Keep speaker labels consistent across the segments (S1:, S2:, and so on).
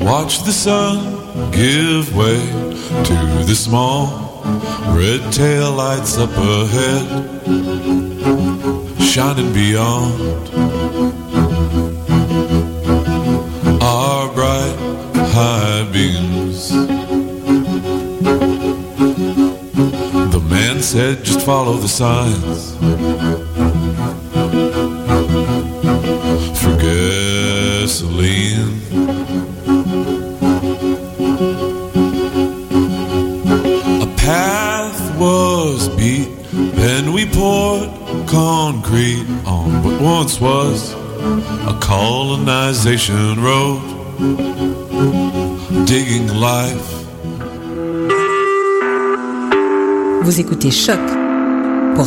S1: Watch the sun give way to the small red tail lights up ahead, shining beyond our bright high beams. The man said, just follow the signs. For gasoline. A path was beat, then we poured concrete on what once was a colonization road, digging life.
S2: Vous écoutez Choc pour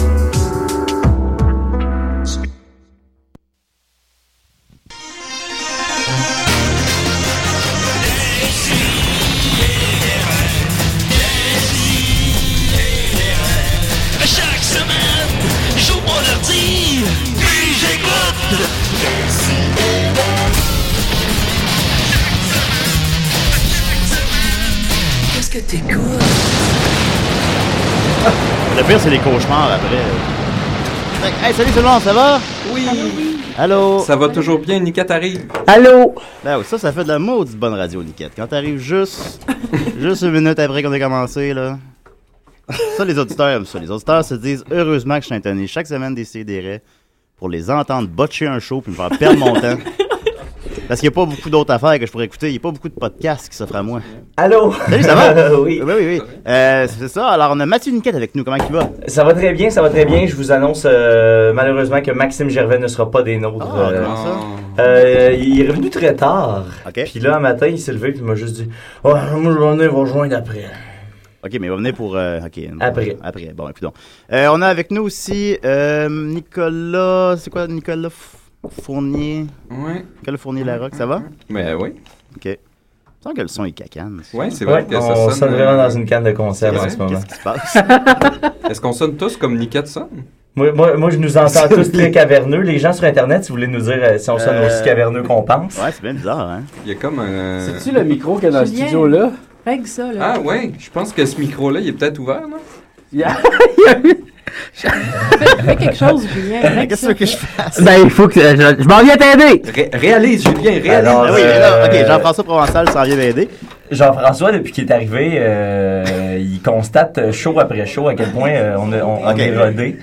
S3: Chaque semaine, j'ouvre mon ordi, puis j'écoute. Qu'est-ce que t'écoutes?
S4: Le pire, c'est les cauchemars après. Fait que, Hey, salut tout le monde, ça va?
S5: Oui,
S4: Allô?
S5: ça va toujours bien, Nikat arrive.
S6: Allô?
S4: Ben oui, ça, ça fait de la maudite bonne radio, Niquette. Quand t'arrives juste, juste une minute après qu'on ait commencé, là. Ça, les auditeurs aiment ça. Les auditeurs se disent heureusement que je suis intérné chaque semaine des CDR pour les entendre botcher un show puis me faire perdre mon temps. Parce qu'il n'y a pas beaucoup d'autres affaires que je pourrais écouter. Il n'y a pas beaucoup de podcasts qui s'offrent à moi.
S6: Allô?
S4: Salut, ça va?
S6: oui.
S4: oui, oui. Euh, c'est ça. Alors, on a Mathieu Niquette avec nous. Comment il va?
S6: Ça va très bien, ça va très bien. Je vous annonce euh, malheureusement que Maxime Gervais ne sera pas des nôtres.
S4: Ah,
S6: Euh,
S4: comment ça?
S6: euh, il est revenu très tard.
S4: Ok.
S6: Puis là, un matin, il s'est levé et il m'a juste dit Oh, moi, je vais venir vous rejoindre après.
S4: Ok, mais il va venir pour. euh, ok.
S6: Après.
S4: Après. Bon, écoute donc. Euh, on a avec nous aussi euh, Nicolas. C'est quoi Nicolas F- Fournier
S5: Ouais.
S4: Nicolas Fournier Larocque, ça va
S5: Mais oui.
S4: Ok. Il me semble que le son est cacane.
S5: Ouais, c'est vrai
S6: Ouais,
S5: que ça
S6: on
S5: sonne.
S6: sonne
S5: euh,
S6: vraiment dans une canne de conserve
S5: c'est
S6: en
S5: vrai,
S6: ce moment.
S4: Qu'est-ce qui se passe
S5: Est-ce qu'on sonne tous comme Nikat sonne
S6: Moi, moi, moi, je nous entends tous très caverneux. Les gens sur Internet, si vous voulez nous dire euh, si on sonne
S7: Euh,
S6: aussi caverneux qu'on pense.
S4: Ouais, c'est bien bizarre, hein.
S5: Il y a comme un.
S7: C'est-tu le micro qu'il y a dans le
S8: Julien.
S7: studio là?
S8: Règle ça, là.
S5: Ah ouais, je pense que ce micro-là, il est peut-être ouvert, non
S7: Il y a-
S8: Fais quelque chose, Julien.
S4: Mais
S8: Règle
S4: Qu'est-ce
S8: ça.
S4: que tu veux que je fasse
S6: Ben, il faut que.
S7: euh, Je m'en viens t'aider!
S5: Ré- Réalise, Julien, réalise.
S6: Alors,
S4: Ah oui,
S6: Euh,
S4: là, ok, Jean-François Provençal s'en vient m'aider.
S6: Jean-François, depuis qu'il est arrivé, euh, il constate euh, show après show à quel point euh, on, a- on- on
S4: Ok.
S6: est rodé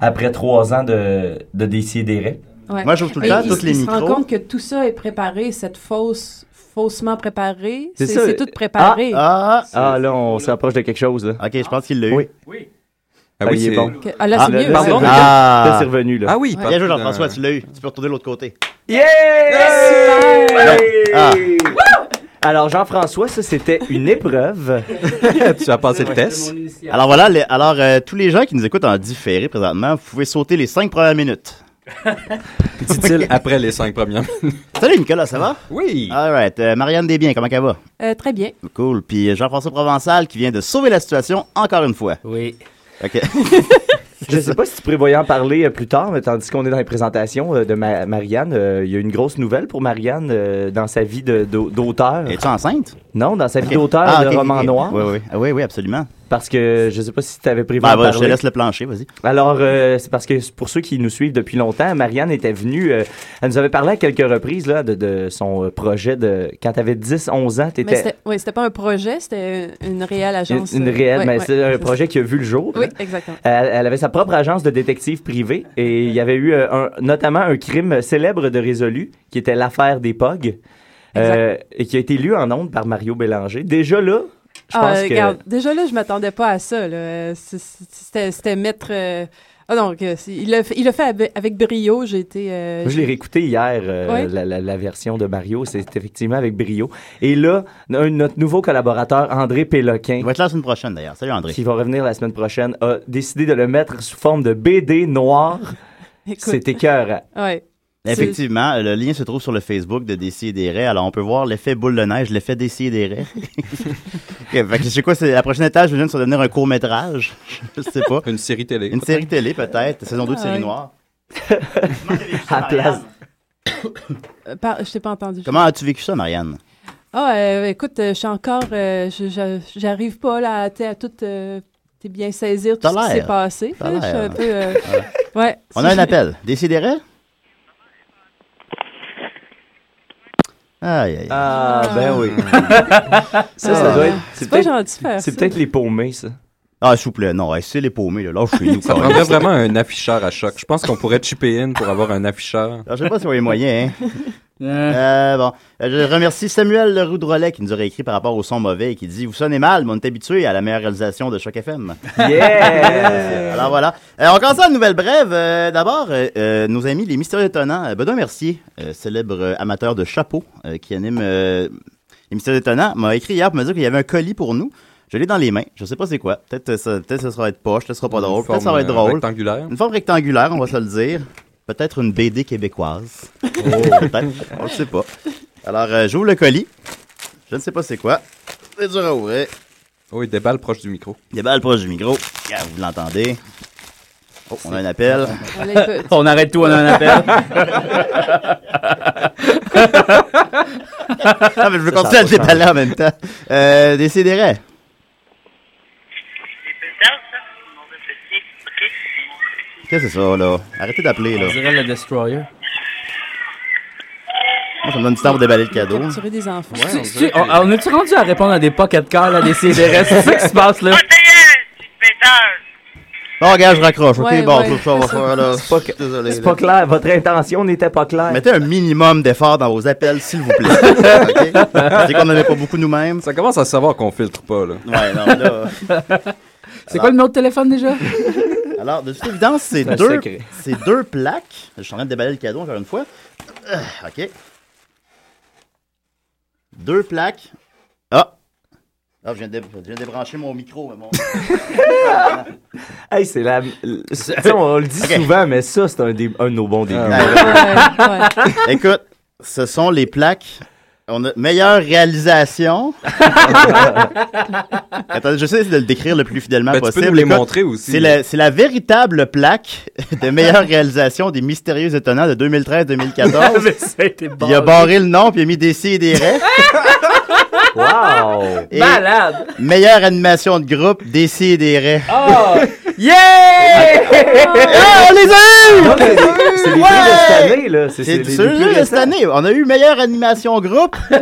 S6: après trois ans de, de décider
S8: Ouais.
S4: Moi, j'ouvre tout le
S8: Et
S4: temps
S8: il-
S4: tous les
S8: Il se rend
S4: micros.
S8: compte que tout ça est préparé, cette fausse, faussement préparée.
S7: C'est
S8: C'est
S7: ça.
S8: c'est tout préparé.
S4: Ah
S7: Ah là, on s'approche de quelque chose là.
S4: Ok, je pense qu'il l'a eu.
S7: Oui.
S5: Ah oui,
S7: il est
S5: c'est
S7: bon.
S8: Que- ah, là,
S4: Ah,
S8: c'est
S4: le-
S8: mieux.
S7: le-
S8: ça.
S7: pardon. Là,
S4: Ah
S7: c'est revenu là.
S5: Ah oui,
S4: Bien joué, Jean-François,
S5: dans-
S4: tu l'as eu. Tu peux retourner de l'autre côté.
S7: Yeah!
S4: Ah.
S7: Alors Jean-François, ça c'était une épreuve.
S5: tu as passé le test.
S4: Alors voilà, les- alors euh, tous les gens qui nous écoutent en différé présentement, vous pouvez sauter les cinq premières minutes.
S5: Dit-il après les cinq premières minutes.
S4: Salut Nicolas, ça va?
S5: Oui.
S4: All right. Euh, Marianne Desbiens, comment elle va?
S8: Euh, très bien.
S4: Cool. Puis euh, Jean-François Provençal qui vient de sauver la situation encore une fois.
S7: Oui.
S4: OK.
S7: Je sais pas si tu prévoyais en parler euh, plus tard, mais tandis qu'on est dans les présentations euh, de Ma- Marianne, euh, il y a une grosse nouvelle pour Marianne euh, dans sa vie de- d'au- d'auteur.
S4: Es-tu enceinte?
S7: Non, dans sa vie
S4: Ok.
S7: d'auteur
S4: Ah,
S7: de
S4: ok, ok,
S7: roman
S4: ok.
S7: noir.
S4: Oui, oui, Ah, oui, oui, absolument.
S7: Parce que je sais pas si tu avais prévu
S4: Ben,
S7: d'en
S4: bah, je te
S7: parler.
S4: laisse le plancher, vas-y.
S7: Alors, euh, c'est parce que pour ceux qui nous suivent depuis longtemps, Marianne était venue, euh, elle nous avait parlé à quelques reprises là, de, de son euh, projet de... Quand tu avais 10-11 ans, tu
S8: Mais
S7: étais
S8: c'était ouais, c'était pas un projet, c'était une réelle
S7: une,
S8: agence.
S7: une
S8: euh,
S7: réelle,
S8: ouais,
S7: mais
S8: ouais,
S7: c'est un projet qui a vu le jour.
S8: Oui, exactement.
S7: Elle, elle avait sa propre agence de détective privé et il y avait eu euh, un- notamment un crime célèbre de résolu qui était l'affaire des Pogs euh, et qui a été lu en ondes par Mario Bélanger. Déjà là, je pense
S8: Ah, euh,
S7: que...
S8: regarde, déjà là, je m'attendais pas à ça. là. Euh, c'est- c'est- C'était c'était mettre. euh, Ah non, que c'est- il l'a fait- il l'a fait avec- avec brio. J'ai été. euh,
S7: Moi, je l'ai réécouté hier, euh,
S8: Ouais.
S7: la, la- la version de Mario. C'est effectivement avec brio. Et là, un- notre nouveau collaborateur, André Péloquin,
S4: Il va être là la semaine prochaine d'ailleurs. Salut André.
S7: qui va revenir la semaine prochaine, a décidé de le mettre sous forme de BD noir.
S8: écoute, Ah,
S7: C'était cœur. hein.
S8: Ouais.
S4: Effectivement, euh, le lien se trouve sur le Facebook de Décideret. Alors, on peut voir l'effet boule de neige, l'effet Décideret. Ok, fait que je sais quoi, c'est la prochaine étage, je viens de se devenir un court-métrage. je sais pas.
S5: Une série télé.
S4: Une série télé, peut-être. Saison 2 de série
S8: Ouais.
S4: noire.
S7: À place.
S8: Euh, par- Je t'ai pas entendu.
S4: Comment as-tu vécu ça, Marianne?
S8: Ah, euh, écoute, euh, je suis encore. euh, je- je- J'arrive pas là à, tu sais, à tout. euh, T'es bien saisir tout
S4: T'as
S8: ce qui
S4: l'air.
S8: s'est passé.
S4: T'as
S8: là, Je suis
S4: l'air.
S8: un peu. euh, ouais.
S4: On a un appel. Décideret? Aïe, aïe, aïe.
S7: Ah, ben oui. ça, ça
S4: Ah.
S7: doit être. C'est
S8: C'est pas
S7: peut-être
S8: gentil de faire
S7: c'est
S8: ça.
S7: peut-être les paumés, ça.
S4: Ah, s'il vous plaît, non, hey, c'est les paumés, là.
S6: Oh,
S4: Là, je suis nous.
S5: Ça prendrait vraiment un afficheur à choc. Je pense qu'on pourrait chipper in pour avoir un afficheur.
S4: Alors, je sais pas si vous avez moyen, hein. Euh, bon, Euh, je remercie Samuel Leroux Drolet qui nous aurait écrit par rapport au son mauvais et qui dit Vous sonnez mal, mais on est habitué à la meilleure réalisation de Choc FM.
S7: Yeah!
S4: Alors voilà. Euh, on commence une nouvelle brève. Euh, D'abord, euh, euh, nos amis les Mystérieux Étonnants. Euh, Benoît Mercier, euh, célèbre euh, amateur de chapeaux euh, qui anime euh, les Mystérieux Étonnants, m'a écrit hier pour me dire qu'il y avait un colis pour nous. Je l'ai dans les mains. Je sais pas c'est quoi. Peut-être euh, ça, peut-être ça sera être poche, peut-être ça sera pas drôle, peut-être ça va être
S5: Une forme, euh,
S4: drôle.
S5: Rectangulaire.
S4: Une forme rectangulaire, on va se le dire. Peut-être une BD québécoise.
S5: Oh.
S4: Peut-être. On ne sait pas. Alors, euh, j'ouvre le colis. Je ne sais pas c'est quoi. C'est dur à ouvrir.
S5: Oui, des balles proches du micro.
S4: Il y a balle proche du micro. Ah, vous l'entendez. Oh, on a un appel.
S8: On est un peu-
S9: On arrête tout, on a un appel.
S4: Ah, mais je veux continuer à le déballer en même temps. Euh, Décidérez. Qu'est-ce que c'est ça, là? Arrêtez d'appeler, là.
S9: On dirait le Destroyer.
S4: Moi, ça me donne du temps pour déballer le cadeau.
S8: Capturer des enfants.
S9: Tu- tu- on, on est-tu rendu à répondre à des pocket calls à des CDRS? C'est ça qui se passe, là?
S4: Bon, regarde, Ah, je raccroche. OK,
S8: Ouais,
S4: bon,
S8: ouais.
S4: tout ça, on va faire, là.
S7: C'est pas que-
S4: Désolé,
S7: C'est
S4: là.
S7: pas clair. Votre intention n'était pas claire.
S4: Mettez un minimum d'effort dans vos appels, s'il vous plaît. OK? C'est qu'on n'en est pas beaucoup nous-mêmes.
S5: Ça commence à se savoir qu'on filtre pas, là.
S4: Ouais, non, là.
S9: C'est quoi le numéro de téléphone déjà?
S4: Alors, de toute évidence, c'est
S9: C'est un
S4: deux,
S9: secret.
S4: c'est deux plaques. Je suis en train de déballer le cadeau encore une fois. Euh, OK. Deux plaques. Ah! Ah, je viens, de, dé- je viens de débrancher mon micro. mais Mon...
S7: Hey, c'est la. l- tu sais, on le dit
S4: Ok.
S7: souvent, mais ça, c'est un, des- un de nos bons débuts.
S4: Ah,
S8: Ouais, ouais.
S4: Écoute, ce sont les plaques. On a meilleure réalisation. Attendez, je sais de le décrire le plus fidèlement
S5: Ben, tu
S4: possible.
S5: peux nous les
S4: Écoute,
S5: montrer aussi.
S4: C'est la, c'est la véritable plaque de meilleure réalisation des Mystérieux Étonnants de 2013-2014.
S9: ça a été bon.
S4: il a barré le nom, puis il a mis des C et des raies.
S7: Wow!
S4: Et
S9: Malade!
S4: meilleure animation de groupe, des C et des raies.
S9: Oh! Yeah!
S4: Ah, on les a eu!
S7: Non, mais c'est c'est les deux de cette année, là. C'est
S4: C'est
S7: c'est les
S4: sûr,
S7: les plus
S4: de cette
S7: récents.
S4: année. On a eu meilleure animation groupe.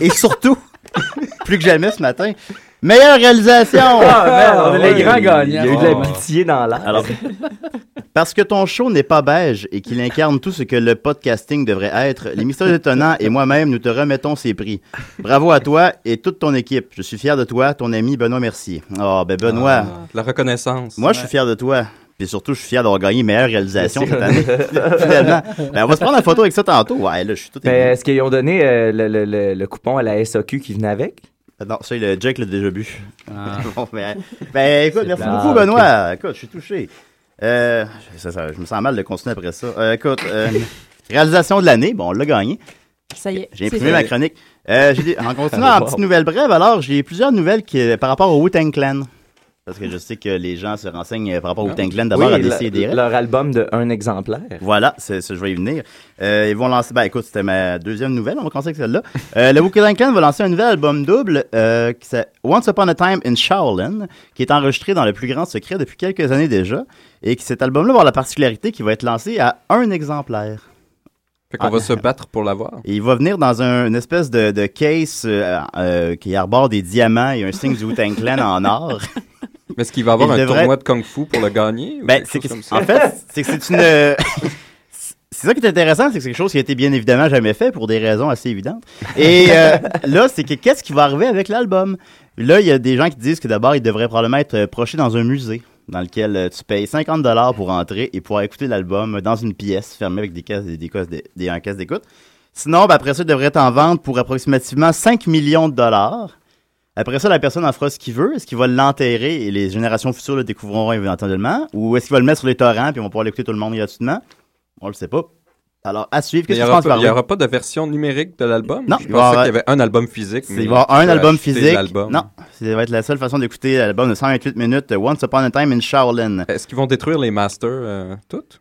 S4: et, et surtout, plus que jamais ce matin, meilleure réalisation.
S9: Ah, man, on est les
S7: ouais,
S9: grands
S7: il-
S9: gagnants.
S7: Il y a eu de la
S5: Oh.
S7: pitié dans l'air.
S4: Ah. Alors, parce que ton show n'est pas beige et qu'il incarne tout ce que le podcasting devrait être, les Mystères Étonnants et moi-même, nous te remettons ces prix. Bravo à toi et toute ton équipe. Je suis fier de toi, ton ami Benoît Mercier. Oh, ben Benoît,
S5: Ah, de La reconnaissance.
S4: moi je suis fier de toi. Puis surtout, je suis fier d'avoir gagné meilleure réalisation cette année. Finalement. Ben, on va se prendre la photo avec ça tantôt. Ouais, là, je suis tout
S7: Mais
S4: ému.
S7: Ben, est-ce qu'ils ont donné euh, le, le- le- le coupon à la SAQ qui venait avec?
S4: Euh, Non, ça, le Jack l'a déjà bu. Bon, ben, ben, écoute, merci
S7: plat.
S4: beaucoup,
S7: Ah,
S4: Benoît. Écoute, je suis touché. Euh, ça- ça- je me sens mal de continuer après ça. Euh, écoute, euh, réalisation de l'année, bon, on l'a gagné.
S8: Ça y est.
S4: J'ai
S8: c'est
S4: imprimé
S8: fait.
S4: ma chronique. Euh, j'ai des- en continuant en
S7: Wow.
S4: petite nouvelle brève, alors, j'ai plusieurs nouvelles qui, par rapport au Wu-Tang Clan. Parce que je sais que les gens se renseignent euh, par rapport au Wu-Tang Clan d'abord
S7: Oui,
S4: à
S7: le-
S4: décider.
S7: leur album de un exemplaire.
S4: Voilà, c'est, c'est- je vais y venir. Euh, ils vont lancer. Ben, écoute, c'était ma deuxième nouvelle. On va commencer avec celle-là. Euh, le Wu-Tang Clan va lancer un nouvel album double euh, qui s'appelle Once Upon a Time in Shaolin, qui est enregistré dans le plus grand secret depuis quelques années déjà, et qui cet album-là va avoir la particularité qu'il va être lancé à un exemplaire.
S5: Fait qu'on
S4: Ah.
S5: va se battre pour l'avoir.
S4: Et il va venir dans un, une espèce de, de case euh, euh, qui arbore des diamants et un signe du Wu-Tang Clan en or.
S5: Mais est-ce qu'il va avoir
S4: Il
S5: un
S4: devrait-
S5: tournoi de kung-fu pour le gagner? ou
S4: Ben,
S5: quelque
S4: c'est
S5: chose
S4: que-
S5: comme ça?
S4: en fait, c'est que c'est une. C'est ça qui est intéressant, c'est que c'est quelque chose qui a été bien évidemment jamais fait pour des raisons assez évidentes. Et euh, là, c'est que qu'est-ce qui va arriver avec l'album? Là, il y a des gens qui disent que d'abord, il devrait probablement être euh, projeté dans un musée dans lequel euh, tu payes 50 dollars pour entrer et pouvoir écouter l'album dans une pièce fermée avec des caisses, des, des, caisses- des, des- un caisse d'écoute. Sinon, ben, après ça, il devrait être en vente pour approximativement 5 millions de dollars. Après ça, la personne en fera ce qu'il veut. Est-ce qu'il va l'enterrer et les générations futures le découvriront éventuellement? Ou est-ce qu'il va le mettre sur les torrents puis on va pouvoir l'écouter tout le monde gratuitement? On le sait pas. Alors, à suivre,
S5: Il
S4: qu'est-ce
S5: n'y
S4: que tu
S5: aura,
S4: penses
S5: pas-
S4: par
S5: il y
S4: là?
S5: aura pas de version numérique de l'album?
S4: Non,
S5: Je
S4: il va y
S5: pensais
S4: avoir-
S5: qu'il y avait un album physique.
S4: C'est
S5: mais
S4: il va y avoir
S5: tu
S4: un
S5: peux
S4: album
S5: acheter
S4: physique.
S5: l'album.
S4: Non, ça va être la seule façon d'écouter l'album de 128 minutes de Once Upon a Time in Shaolin.
S5: Est-ce qu'ils vont détruire les masters euh, toutes?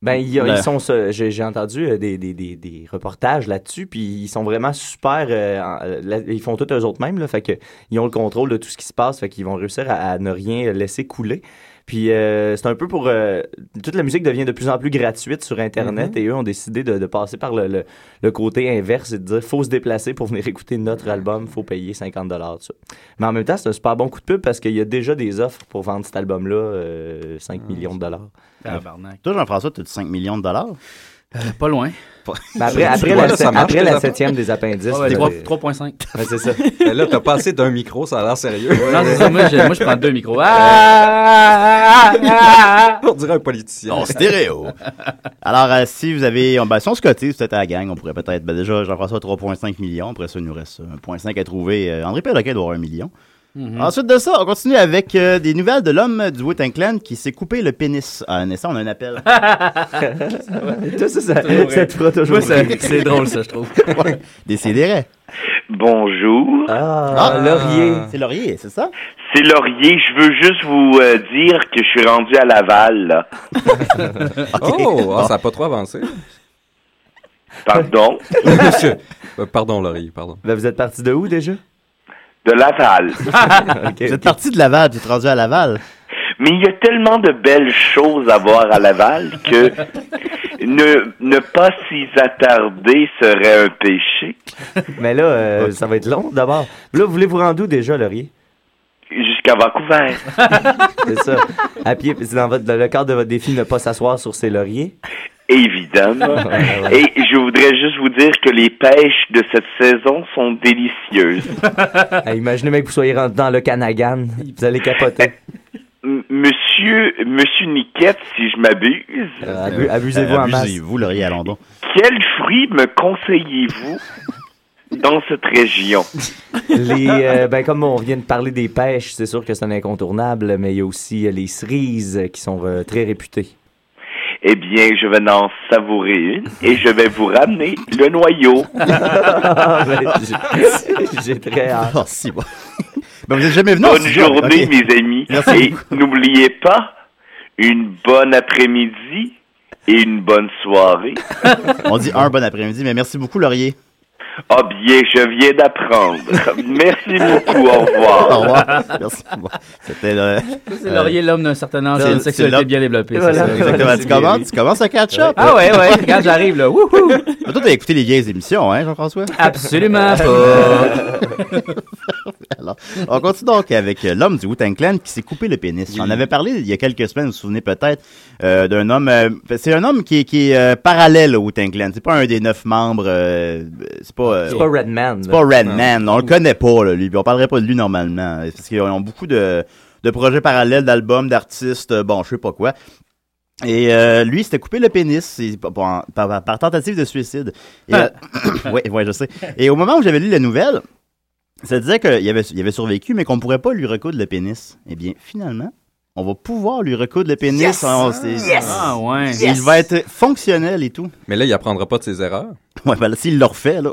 S7: Ben, il y a-
S4: Ben.
S7: ils sont, se- j'ai j'ai entendu euh, des, des, des, des reportages là-dessus, puis ils sont vraiment super. euh, en- euh, là, ils font tout eux autres mêmes, là, fait que ils ont le contrôle de tout ce qui se passe, fait qu'ils vont réussir à, à ne rien laisser couler. Puis euh, c'est un peu pour euh, toute la musique devient de plus en plus gratuite sur Internet et eux ont décidé de, de passer par le, le, le côté inverse et de dire faut se déplacer pour venir écouter notre album, faut payer 50 dollars Mais en même temps, c'est un super bon coup de pub parce qu'il y a déjà des offres pour vendre cet album-là, euh, 5 millions de dollars.
S9: Tabarnak.
S4: Euh, Toi, Jean-François, tu as 5 millions de dollars.
S9: Euh, Pas loin.
S7: Mais Ben, Bah, après, après,
S5: Ouais,
S7: la,
S5: ça marche,
S7: après
S5: les
S7: la
S5: affaires.
S7: septième des appendices,
S9: Ouais,
S7: t'es-
S9: trois-
S7: t'es-
S9: 3.5.
S7: ouais, c'est ça.
S5: Mais là, t'as passé d'un micro, ça a l'air sérieux.
S9: Non, c'est ça, moi, je, moi, je prends deux micros. Ah, ah, ah, ah,
S5: On dirait un politicien.
S4: En stéréo. Alors, euh, si vous avez. on- Ben, si on se cotise peut-être à la gang, on pourrait peut-être. Ben, déjà, Jean-François, 3,5 millions. Après ça, il nous reste 1,5 à trouver. Euh, André Péloquet doit avoir 1 million.
S9: Mhm. Mm.
S4: Ensuite de ça, on continue avec euh, des nouvelles de l'homme du Wu-Tang Clan qui s'est coupé le pénis. Ah, Nessa, on a un appel.
S7: Toi, ça, ça, ça te fera
S9: ah.
S7: toujours.
S9: Moi, c'est c'est drôle, ça, je trouve.
S4: Décidérez.
S10: Bonjour,
S7: Ah, Laurier.
S4: C'est Laurier, c'est ça?
S10: c'est Laurier. Je veux juste vous euh, dire que je suis rendu à Laval. là.
S5: Oh, ah, ça n'a pas trop avancé.
S10: Pardon,
S5: Monsieur. Euh, pardon, Laurie, pardon.
S7: Ben, vous êtes parti de où déjà?
S10: de Laval.
S7: Ok.
S4: Vous êtes parti de Laval, puis tu es rendu à Laval.
S10: Mais il y a tellement de belles choses à voir à Laval que ne, ne pas s'y attarder serait un péché.
S7: Mais là, euh, ça va être long d'abord. Là, vous voulez vous rendre où déjà, Laurier?
S10: Jusqu'à Vancouver.
S7: C'est ça. À pied, c'est dans, votre, dans le cadre de votre défi, ne pas s'asseoir sur ses lauriers.
S10: Évidemment. Et je voudrais juste vous dire que les pêches de cette saison sont délicieuses.
S7: Ah, imaginez même que vous soyez rendu dans le Canagan. Vous allez capoter.
S10: M- Monsieur, Monsieur Niquette, si je m'abuse,
S7: Euh, abu- Abusez-vous en masse.
S4: Abusez-vous, Laurier, à London.
S10: Quel fruit me conseillez-vous dans cette région?
S7: Les, euh, ben, comme on vient de parler des pêches, c'est sûr que c'est un incontournable, mais il y a aussi euh, les cerises euh, qui sont euh, très réputées.
S10: Eh bien, je vais en savourer une et je vais vous ramener le noyau.
S7: Ah, ben, j'ai- j'ai très hâte.
S4: Merci, bon. Ben, vous n'êtes jamais venu en
S10: bonne
S4: studio.
S10: journée,
S4: Ok.
S10: mes amis.
S4: Merci
S10: Et n'oubliez pas, une bonne après-midi et une bonne soirée.
S4: On dit un bon après-midi, mais merci beaucoup, Laurier.
S10: Ah bien, je viens d'apprendre. Merci beaucoup, au revoir.
S4: Au revoir. Merci. Bon, C'était le.
S9: C'est Laurier, l'homme d'un certain âge,
S4: C'est-
S9: une
S4: c'est
S9: sexualité
S4: l'homme.
S9: bien développée. c'est
S7: Voilà.
S9: ça.
S4: Exactement. Tu commences, tu commences à catch-up.
S9: Ah ouais, ouais, regarde, j'arrive là. Wouhou!
S4: Mais toi, t'as écouté les vieilles émissions, hein, Jean-François?
S9: Absolument pas.
S4: Alors, on continue donc avec euh, l'homme du Wu-Tang Clan qui s'est coupé le pénis. J'en avais parlé il y a quelques semaines, vous vous souvenez peut-être, euh, d'un homme... euh, c'est un homme qui, est- qui est euh, parallèle au Wu-Tang Clan. C'est pas un des neuf membres. euh, c'est pas... euh,
S7: C'est pas Redman.
S4: c'est pas Redman. On le connaît pas, là, lui. puis On parlerait pas de lui normalement. C'est Parce qu'ils ont beaucoup de, de projets parallèles, d'albums, d'artistes, euh, bon, je sais pas quoi. Et euh, lui, il s'était coupé le pénis il- par, par- par tentative de suicide. Et, euh,
S9: Ah.
S4: ouais, ouais, je sais. Et au moment où j'avais lu la nouvelle, ça disait qu'il avait, il avait survécu, mais qu'on ne pourrait pas lui recoudre le pénis. Eh bien, finalement, on va pouvoir lui recoudre le pénis. On- c'est-
S9: Ah ouais.
S4: Il va être fonctionnel et tout.
S5: Mais là, il apprendra pas de ses erreurs.
S4: Ouais, ben là, s'il le refait, là.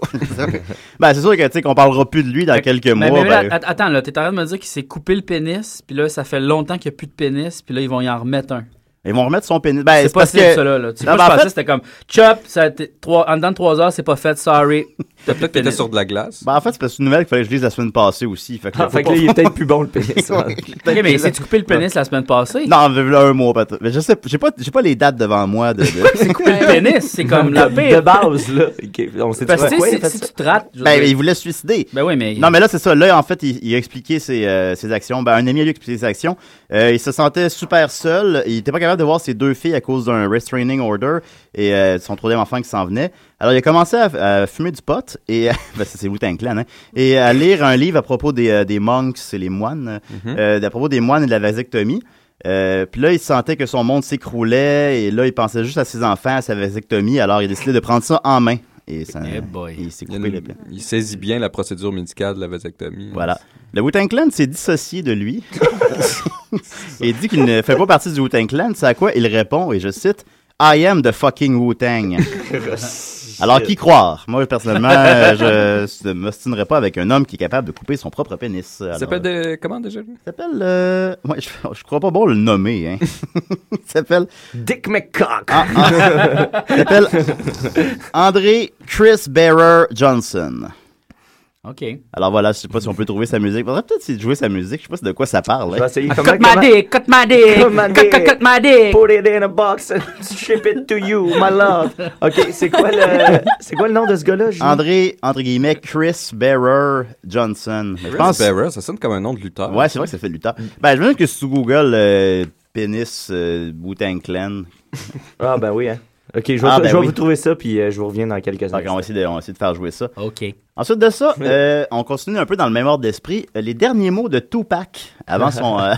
S4: ben, c'est sûr que, tu sais, qu'on parlera plus de lui dans
S9: Fait que-
S4: quelques
S9: Mais,
S4: mois.
S9: mais là,
S4: ben-
S9: att- attends, là, t'es en train de me dire qu'il s'est coupé le pénis, puis là, ça fait longtemps qu'il n'y a plus de pénis, puis là, ils vont y en remettre un.
S4: Ils vont remettre son pénis. Ben,
S9: c'est
S4: c'est parce
S9: possible,
S4: que.
S9: ça, là. là. Tu sais,
S4: Non,
S9: moi,
S4: mais en
S9: je pensais
S4: fait-
S9: que c'était comme chop, ça a été trois, en dedans de trois heures, c'est pas fait, sorry. T'as plus de
S5: Peut-être qu'il était
S9: pénis.
S5: sur de la glace.
S4: Ben, en fait, c'est parce que c'est une nouvelle qu'il fallait que je lise la semaine passée aussi. Fait que,
S7: Ah,
S4: faut
S7: fait que
S4: pas-
S7: là, il est peut-être plus bon le pénis.
S4: hein.
S9: Ok, mais il s'est coupé le pénis la semaine passée.
S4: Non, il y a un mois, peut-être. Mais je sais, j'ai pas, j'ai pas les dates devant moi de. de-
S9: Couper le pénis, c'est comme la
S7: de
S9: pire.
S7: base, là. Ok, On sait
S9: Parce que tu
S7: pourquoi il
S9: sais,
S7: a fait
S9: si, si
S7: ça?
S9: tu te rates. je veux
S4: ben,
S9: dire-
S4: il voulait se suicider.
S9: Ben oui, mais.
S4: Non, mais là, c'est ça. Là, en fait, il, il a expliqué ses, euh, ses actions. Ben, un ami à lui a expliqué ses actions. Euh, il se sentait super seul. Il était pas capable de voir ses deux filles à cause d'un restraining order et euh, de son troisième enfant qui s'en venait. Alors, il a commencé à, à fumer du pot et ben, ça, c'est Wu-Tang Clan, hein, et à lire un livre à propos des, euh, des monks, c'est les moines,
S7: Mm-hmm.
S4: euh, à propos des moines et de la vasectomie. Euh, puis là, il sentait que son monde s'écroulait et là, il pensait juste à ses enfants, à sa vasectomie. Alors, il a décidé de prendre ça en main. Et ça,
S9: Eh boy.
S4: il s'est
S5: Il, y a
S4: coupé
S5: une-
S4: le pied.
S5: il saisit bien la procédure médicale de la vasectomie.
S4: Voilà. Le Wu-Tang Clan s'est dissocié de lui et dit qu'il ne fait pas partie du Wu-Tang Clan, c'est à quoi il répond, et je cite, « I am the fucking Wu-Tang. Alors, qui croire? Moi, personnellement, euh, je ne m'ostinerais pas avec un homme qui est capable de couper son propre pénis.
S5: Ça
S4: Alors,
S5: s'appelle de... comment déjà lui?
S4: Ça s'appelle. euh, ouais, je, je crois pas bon le nommer. Hein. Il s'appelle.
S7: Dick McCock.
S4: Ah, ah. Il s'appelle André Chris Bearer Johnson.
S9: OK.
S4: Alors voilà, je sais pas si on peut trouver sa musique. Faudrait peut-être essayer de jouer sa musique. Je sais pas de quoi ça parle.
S7: Je vais
S4: hein.
S7: essayer.
S9: Ah, Cut my dick, cut my dick,
S7: Cut my
S9: cut, cut,
S7: dick.
S9: cut my dick.
S7: Put it in a box and ship it to you, my love. OK, c'est quoi le, c'est quoi le nom de ce gars-là? Julie?
S4: André, entre guillemets, Chris Bearer Johnson. Mais je pense-
S5: Bearer, ça sonne comme un nom de lutteur.
S4: Ouais, c'est vrai que ça fait du temps. Ben, je me dis que si tu googles euh, pénis euh, Wu-Tang Clan,
S7: Ah, ben oui, hein. OK, je vais,
S4: Ah,
S7: je
S4: ben
S7: vais
S4: oui.
S7: vous trouver ça, puis euh, je vous reviens dans quelques
S4: donc on va,
S7: instants.
S4: essayer de, on va essayer de faire jouer ça.
S9: OK.
S4: Ensuite de ça, euh, on continue un peu dans le même ordre d'esprit. Euh, Les derniers mots de Tupac avant son... euh,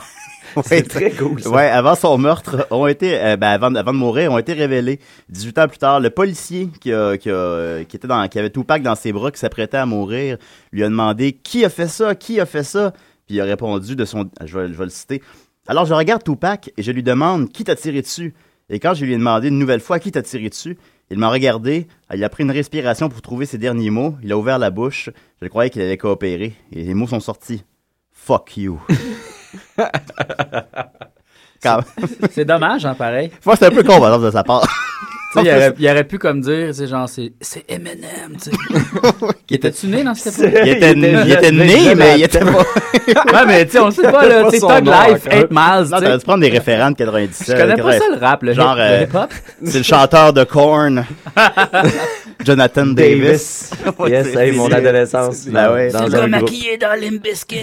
S4: ont
S7: C'est
S4: été-
S7: très cool, ça.
S4: Ouais, avant son meurtre, ont été, euh, ben, avant, avant de mourir, ont été révélés. 18 ans plus tard, le policier qui, a- qui, a, euh, qui était dans, qui avait Tupac dans ses bras, qui s'apprêtait à mourir, lui a demandé qui a fait ça, qui a fait ça. Puis il a répondu de son, je vais, je vais le citer. Alors je regarde Tupac et je lui demande qui t'a tiré dessus. Et quand je lui ai demandé une nouvelle fois qui t'a tiré dessus, il m'a regardé, il a pris une respiration pour trouver ses derniers mots, il a ouvert la bouche, je croyais qu'il allait coopérer, et les mots sont sortis. Fuck you. Quand-
S9: C'est dommage, hein, pareil.
S4: Moi, c'est un peu con, par exemple, de sa part.
S9: Tu sais, il, aurait, il aurait pu comme dire, c'est genre, c'est, c'est Eminem, tu sais. Il était-tu né dans cette époque?
S4: Il était, il était né, mais il était pas.
S9: Ouais, mais tu sais, on le sait pas, là.
S5: pas
S9: Tu sais,
S5: son
S9: Thug
S5: nom
S9: Life,
S5: encore.
S9: 8 Miles,
S4: hein. Non,
S9: tu sais.
S4: t'aurais dû prendre des référents de 97.
S9: Je connais pas ça, le rap, le
S4: Genre,
S9: hip-
S4: euh,
S9: le hip-hop.
S4: C'est le chanteur de Korn. Jonathan Davis.
S7: Davis. yes, hey, mon adolescence.
S4: Ben ouais.
S7: Dans
S4: C'est
S7: un groupe.
S3: dans Limbiskit.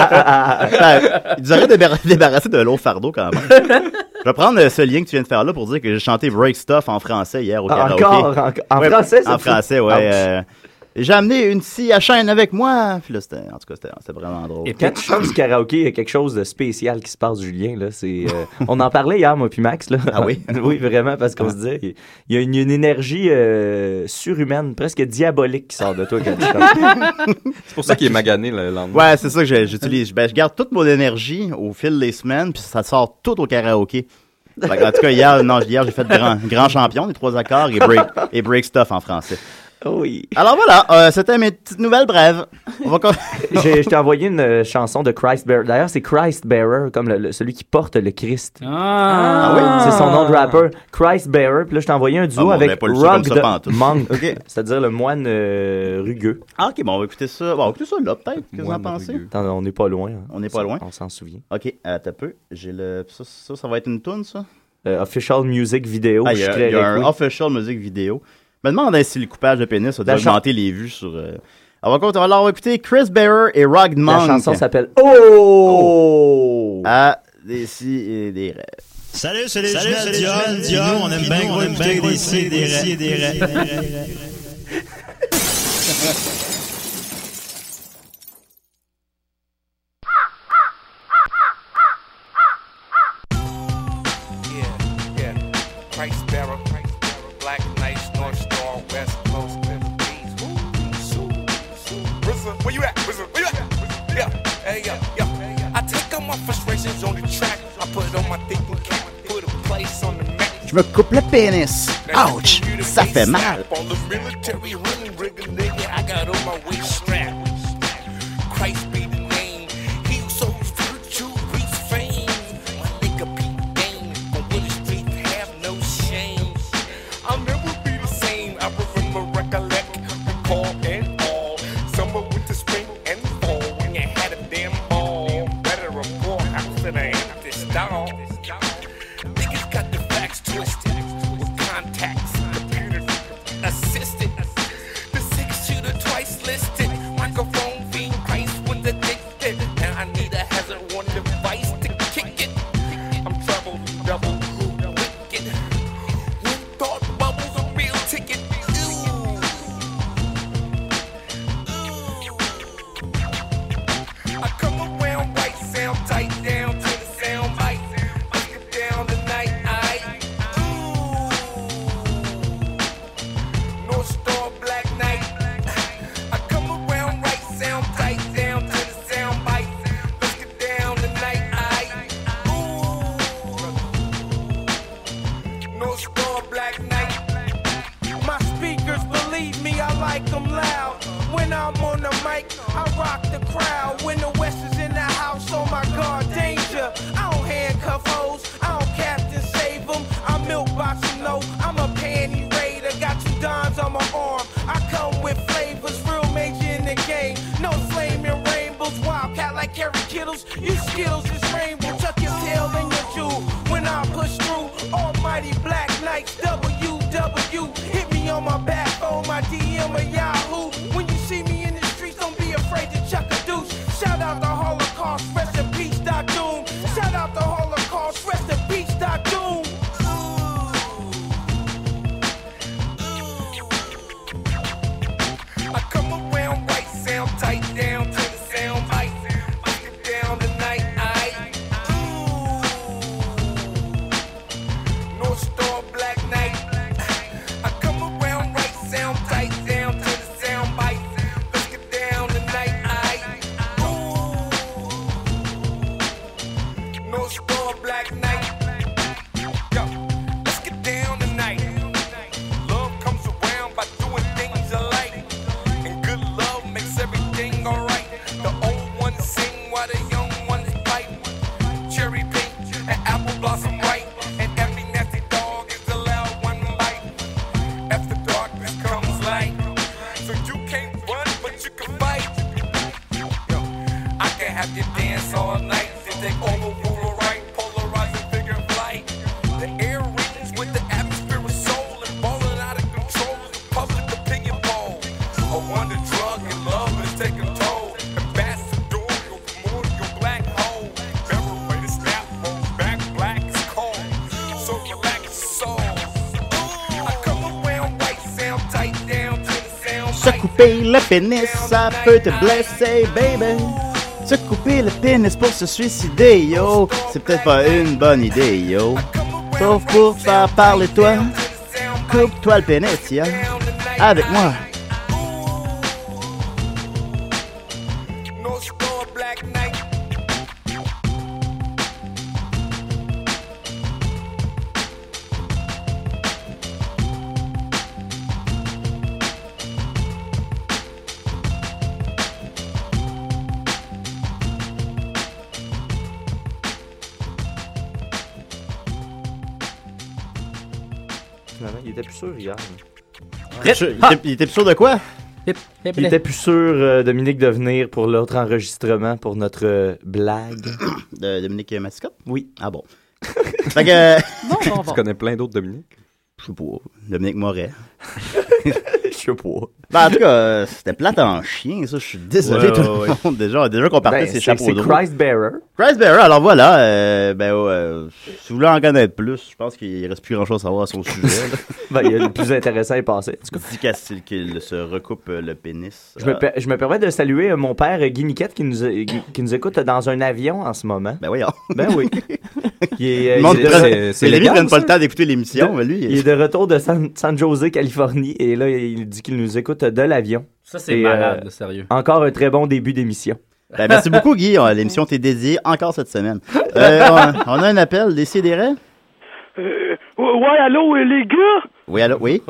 S4: Ben, ils auraient débar- débarrassé de l'eau fardeau quand même. Je vais prendre euh, ce lien que tu viens de faire là pour dire que j'ai chanté Break Stuff en français hier au
S7: Ah,
S4: karaoké.
S7: Encore, encore. En
S4: Ouais,
S7: français, ça
S4: En
S7: te-
S4: français, ouais.
S7: Ouch.
S4: euh, j'ai amené une scie à chaîne avec moi. Puis là, c'était, en tout cas, c'était, c'était vraiment drôle.
S7: Quand tu chantes du karaoké, il y a quelque chose de spécial qui se passe, Julien. Là. C'est, euh, on en parlait hier, moi puis Max. Là.
S4: Ah oui?
S7: oui, vraiment, parce qu'on se disait, il il y a une, une énergie euh, surhumaine, presque diabolique qui sort de toi quand tu chantes.
S5: C'est pour ça qu'il est magané le lendemain.
S4: Ouais, c'est ça que j'ai- j'utilise. Ben, je garde toute mon énergie au fil des semaines, puis ça sort tout au karaoké. Fait que, en tout cas, hier, non, hier, j'ai fait grand, grand champion, les trois accords et break, et break stuff en français.
S7: oui.
S4: Alors voilà, euh, c'était mes petites nouvelles brèves. On va con-
S7: J'ai- je t'ai envoyé une euh, chanson de Christ Bearer. D'ailleurs, c'est Christ Bearer, comme le- le- celui qui porte le Christ.
S9: Ah,
S7: C'est son nom de rappeur, Christ Bearer. Puis là, je t'ai envoyé un
S4: Ah,
S7: duo
S4: bon, on avait
S7: avec
S4: pas lu ça comme
S7: Rock
S4: ça
S7: the
S4: pantoute.
S7: Monk,
S4: Ok.
S7: c'est-à-dire le moine euh, rugueux.
S4: Ah, ok, bon, on va écouter ça. Bon, on va écouter ça là, peut-être. Qu'est-ce que vous en
S5: Moine
S4: pensez?
S5: rugueux.
S7: Attends, on n'est pas loin. hein.
S4: On n'est pas loin.
S7: On s'en souvient.
S4: Ok, attends un peu. J'ai le. Ça, ça, ça va être une toune, ça?
S7: Euh, official music video.
S4: Ah, il
S7: je
S4: y
S7: suis
S4: a,
S7: très
S4: il y a un
S7: récoui.
S4: official music vidéo. Je me demande hein, si le coupage de pénis a dû
S7: La chan-
S4: augmenter les vues sur. euh, Alors, on va- alors, on va écouter Chris Bearer et Rock the
S7: La
S4: Monk.
S7: chanson s'appelle Oh!
S4: à des si et des rêves.
S3: Salut, c'est les jumelles Dion. Dion, on aime bien gros écouter des si et des raies.
S11: Price bearer, price bearer, black knights, north star, west coast, cliff beats. Rizza, where you at? Rizza, where you at? Rizza, Yeah, hey, yeah, yeah. I take all my frustrations on the track. I put it on my thick and cap, put a place on the map.
S4: Je me coupe le pénis. Ouch! Ça fait mal.
S11: On the military ring, rigger, nigga, I got on my waist strap. Christ be the name. He who sows virtue reaps fame. My nigga Pete Dane, on Woody Street, have no shame. I'll never be the same. I remember, recollect, recall, and all. Summer, winter, spring, and fall. When you had a damn ball. Better report, I'm finna hit this doll. Niggas got the facts twisted. With contacts, computer assisted. The six shooter twice listed. Microphone being Christ was addicted. Now I need a hazard one device to kick it. I'm trouble, double, wicked. Who thought bubbles a real ticket? Ooh. I come around white sound tight down to the sound bite. Must get down tonight, I. Ooh. North Star Black Knight. I come around right, sound tight, down to the sound bite. Let's get down tonight. I ooh. rock the crowd when the West is in the house. Oh my God, danger! I don't handcuff hoes. I don't captain save 'em. I milk box 'em, no. I'm a panty raider. Got two dimes on my arm. I come with flavors, real major in the game. No flaming rainbows, wildcat like Kerry Kittles. You skills is rainbow. Tuck your tail in your jewel. When I push through, Almighty Black Knights, WW. Hit me on my back, on my DM or Yahoo. When you see me in the streets, don't be afraid to chuck a deuce. Shout out the Holocaust, rest in peace, Doc Doom. Shout out the Holocaust, rest in peace, Doc Doom. I come around right, sound tight down to the sound bite. Break it down tonight, aight. Ooh. North Star Black Knight. I come around right, sound tight down to the sound bite. Break it down tonight, aight. Ooh. North Star Black Knight. Yo, let's get down tonight. Love comes around by doing things I like. And good love makes everything alright. The old ones sing while the young ones fight. Cherry pink and apple blossom white. And every nasty dog is the loud one bite. After darkness comes light. So you can't run, but you can fight. Yo, I can have you dance all night. Then take over rule right, polarizing figure of light. The air rings with the atmosphere of soul and balling out of control. is Public opinion ball. I wonder drug and love is taking toll. Ambassador, your moon, your black hole. Never way to snap, roll back, black is cold. So relax your soul. I come around right, sound tight down to the sound.
S4: Se couper le pénis, ça peut te blesser, baby. Se couper le pénis pour se suicider, yo. C'est peut-être pas une bonne idée, yo. Sauf pour faire parler toi. Coupe-toi le pénis, yo. Avec moi.
S11: No score, black knight.
S7: Finalement, il était plus sûr hier.
S4: Rip, Sûr-
S7: Ah.
S4: il ha! était- plus sûr de quoi?
S9: hip,
S7: il
S9: hip.
S7: était plus sûr, euh, Dominique, de venir pour l'autre enregistrement, pour notre euh, blague.
S4: De Dominique Mascotte?
S7: Oui.
S4: Ah bon. fait que. euh,
S5: bon, bon. Tu connais plein d'autres Dominique?
S4: Je sais pas. Dominique Moret.
S7: Je sais pas.
S4: Ben, en tout cas, euh, c'était plate en chien, ça. Je suis désolé,
S7: Ouais,
S4: tout
S7: ouais,
S4: le
S7: ouais.
S4: monde. Déjà, déjà qu'on partait,
S7: Ben,
S4: ces
S7: c'est-
S4: chapeaux
S7: c'est
S4: de roue.
S7: Christ Bearer.
S4: Christ Bearer, alors voilà. euh, ben, ouais, euh, si vous voulez en connaître plus, je pense qu'il reste plus grand-chose à savoir à son sujet. là.
S7: Ben, il y a le plus intéressant est passé.
S4: Dit Castille qu'il se recoupe euh, le pénis.
S7: Je me,
S4: Ah.
S7: per- je me permets de saluer euh, mon père euh, Guy Niquette qui nous, euh, qui- qui nous écoute dans un avion en ce moment.
S4: Ben voyons.
S7: Ben oui. Il est, euh,
S4: Le monde
S7: il est de-
S4: prenne- les amis prennent pas le temps d'écouter l'émission,
S7: De-
S4: mais lui, il-
S7: Il est de retour de San, San Jose, Californie, et là, il dit qu'il nous écoute de l'avion.
S9: Ça, c'est
S7: Et, euh,
S9: malade, sérieux.
S7: Encore un très bon début d'émission.
S4: Ben, merci beaucoup, Guy. On- L'émission t'est dédiée encore cette semaine. Euh, on, on a un appel, décidérez.
S12: Euh, ouais, allô, euh, les gars?
S4: Oui, allô, oui.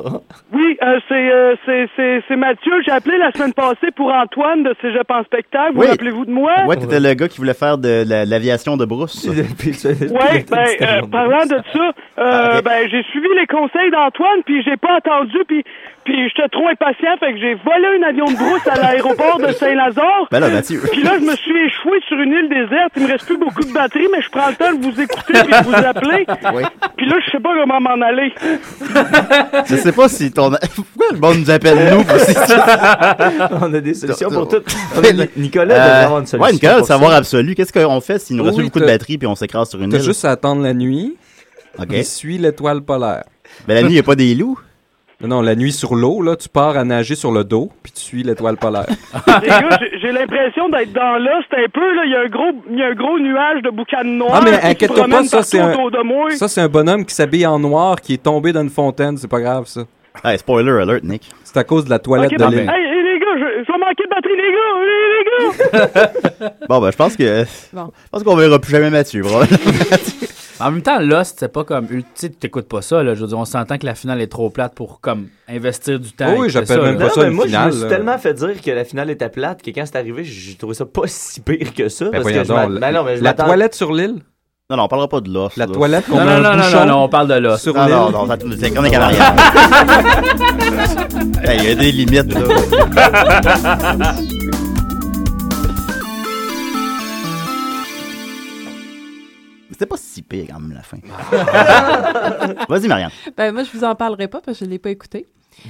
S12: Oui, euh, c'est, euh, c'est, c'est, c'est Mathieu. J'ai appelé la semaine passée pour Antoine de Cégep en spectacle. Vous
S4: Oui.
S12: rappelez-vous de moi?
S4: Ouais, t'étais le gars qui voulait faire de la- l'aviation de brousse.
S12: Ouais, ben, euh, parlant de ça, euh, ben, j'ai suivi les conseils d'Antoine, puis j'ai pas attendu, puis, puis j'étais trop impatient, fait que j'ai volé un avion de brousse à l'aéroport de Saint-Lazare.
S4: Ben là, Mathieu.
S12: Puis là, je me suis échoué sur une île déserte. Il me reste plus beaucoup de batterie, mais je prends le temps de vous écouter puis de vous appeler.
S4: Oui.
S12: Puis là, je sais pas comment m'en aller.
S4: Je sais pas si ton. Pourquoi le monde nous appelle nous?
S7: on a des solutions pour tout. On a Ni- Nicolas devrait avoir une solution.
S4: Euh, Ouais, Nicolas, le
S7: pour ça.
S4: savoir absolu. Qu'est-ce qu'on fait s'il nous reste
S5: Oui,
S4: plus beaucoup de
S5: t'as-
S4: batterie puis on s'écrase sur une
S5: T'as
S4: île?
S5: juste à attendre la nuit.
S4: Ok.
S5: Il suit l'étoile polaire.
S4: Ben, la nuit, il a pas des loups?
S5: Non, non, la nuit sur l'eau, là, tu pars à nager sur le dos, puis tu suis l'étoile polaire.
S12: Les gars, j'ai- j'ai l'impression d'être dans l'os un peu, là. Il y a un gros, il y a un gros nuage de boucan noir.
S5: Ah, mais
S12: qui se
S5: inquiète-toi
S12: promène
S5: pas, ça,
S12: partout
S5: c'est un...
S12: autour de moi.
S5: ça, c'est un bonhomme qui s'habille en noir, qui est tombé dans une fontaine, c'est pas grave, ça.
S4: Hey, spoiler alert, Nick.
S5: C'est à cause de la toilette
S12: Ok,
S5: de
S12: parfait.
S5: l'île.
S12: Hey, hey, les gars, je, je vais manquer de batterie, les gars! Les, les gars!
S4: Bon, ben, je pense que.
S12: Bon.
S5: Ben,
S4: Je pense qu'on verra plus jamais Mathieu, probablement.
S9: En même temps, Lost, c'est pas comme. Tu sais, t'écoutes pas ça, là. Je veux dire, on s'entend que la finale est trop plate pour, comme, investir du temps. et que ça, là.
S7: Non, mais moi, je me suis tellement fait dire que la finale était plate que quand c'est arrivé, j'ai trouvé ça pas si pire que ça. parce que je m'a- ben non, mais je
S5: la
S7: m'attends-
S5: toilette sur l'île?
S4: Non, non, on parlera pas de l'os.
S5: La toilette qu'on met
S4: Non, non,
S5: un
S4: non, non,
S5: bouchon
S4: non, on parle de l'os.
S5: Sur
S4: Non,
S5: l'île?
S4: non, non, ça, c'est comme les Canariens. Hey, Il y a des limites, là. C'était pas si pire quand même la fin. Vas-y, Marianne.
S8: Ben, moi, je vous en parlerai pas parce que je l'ai pas écouté.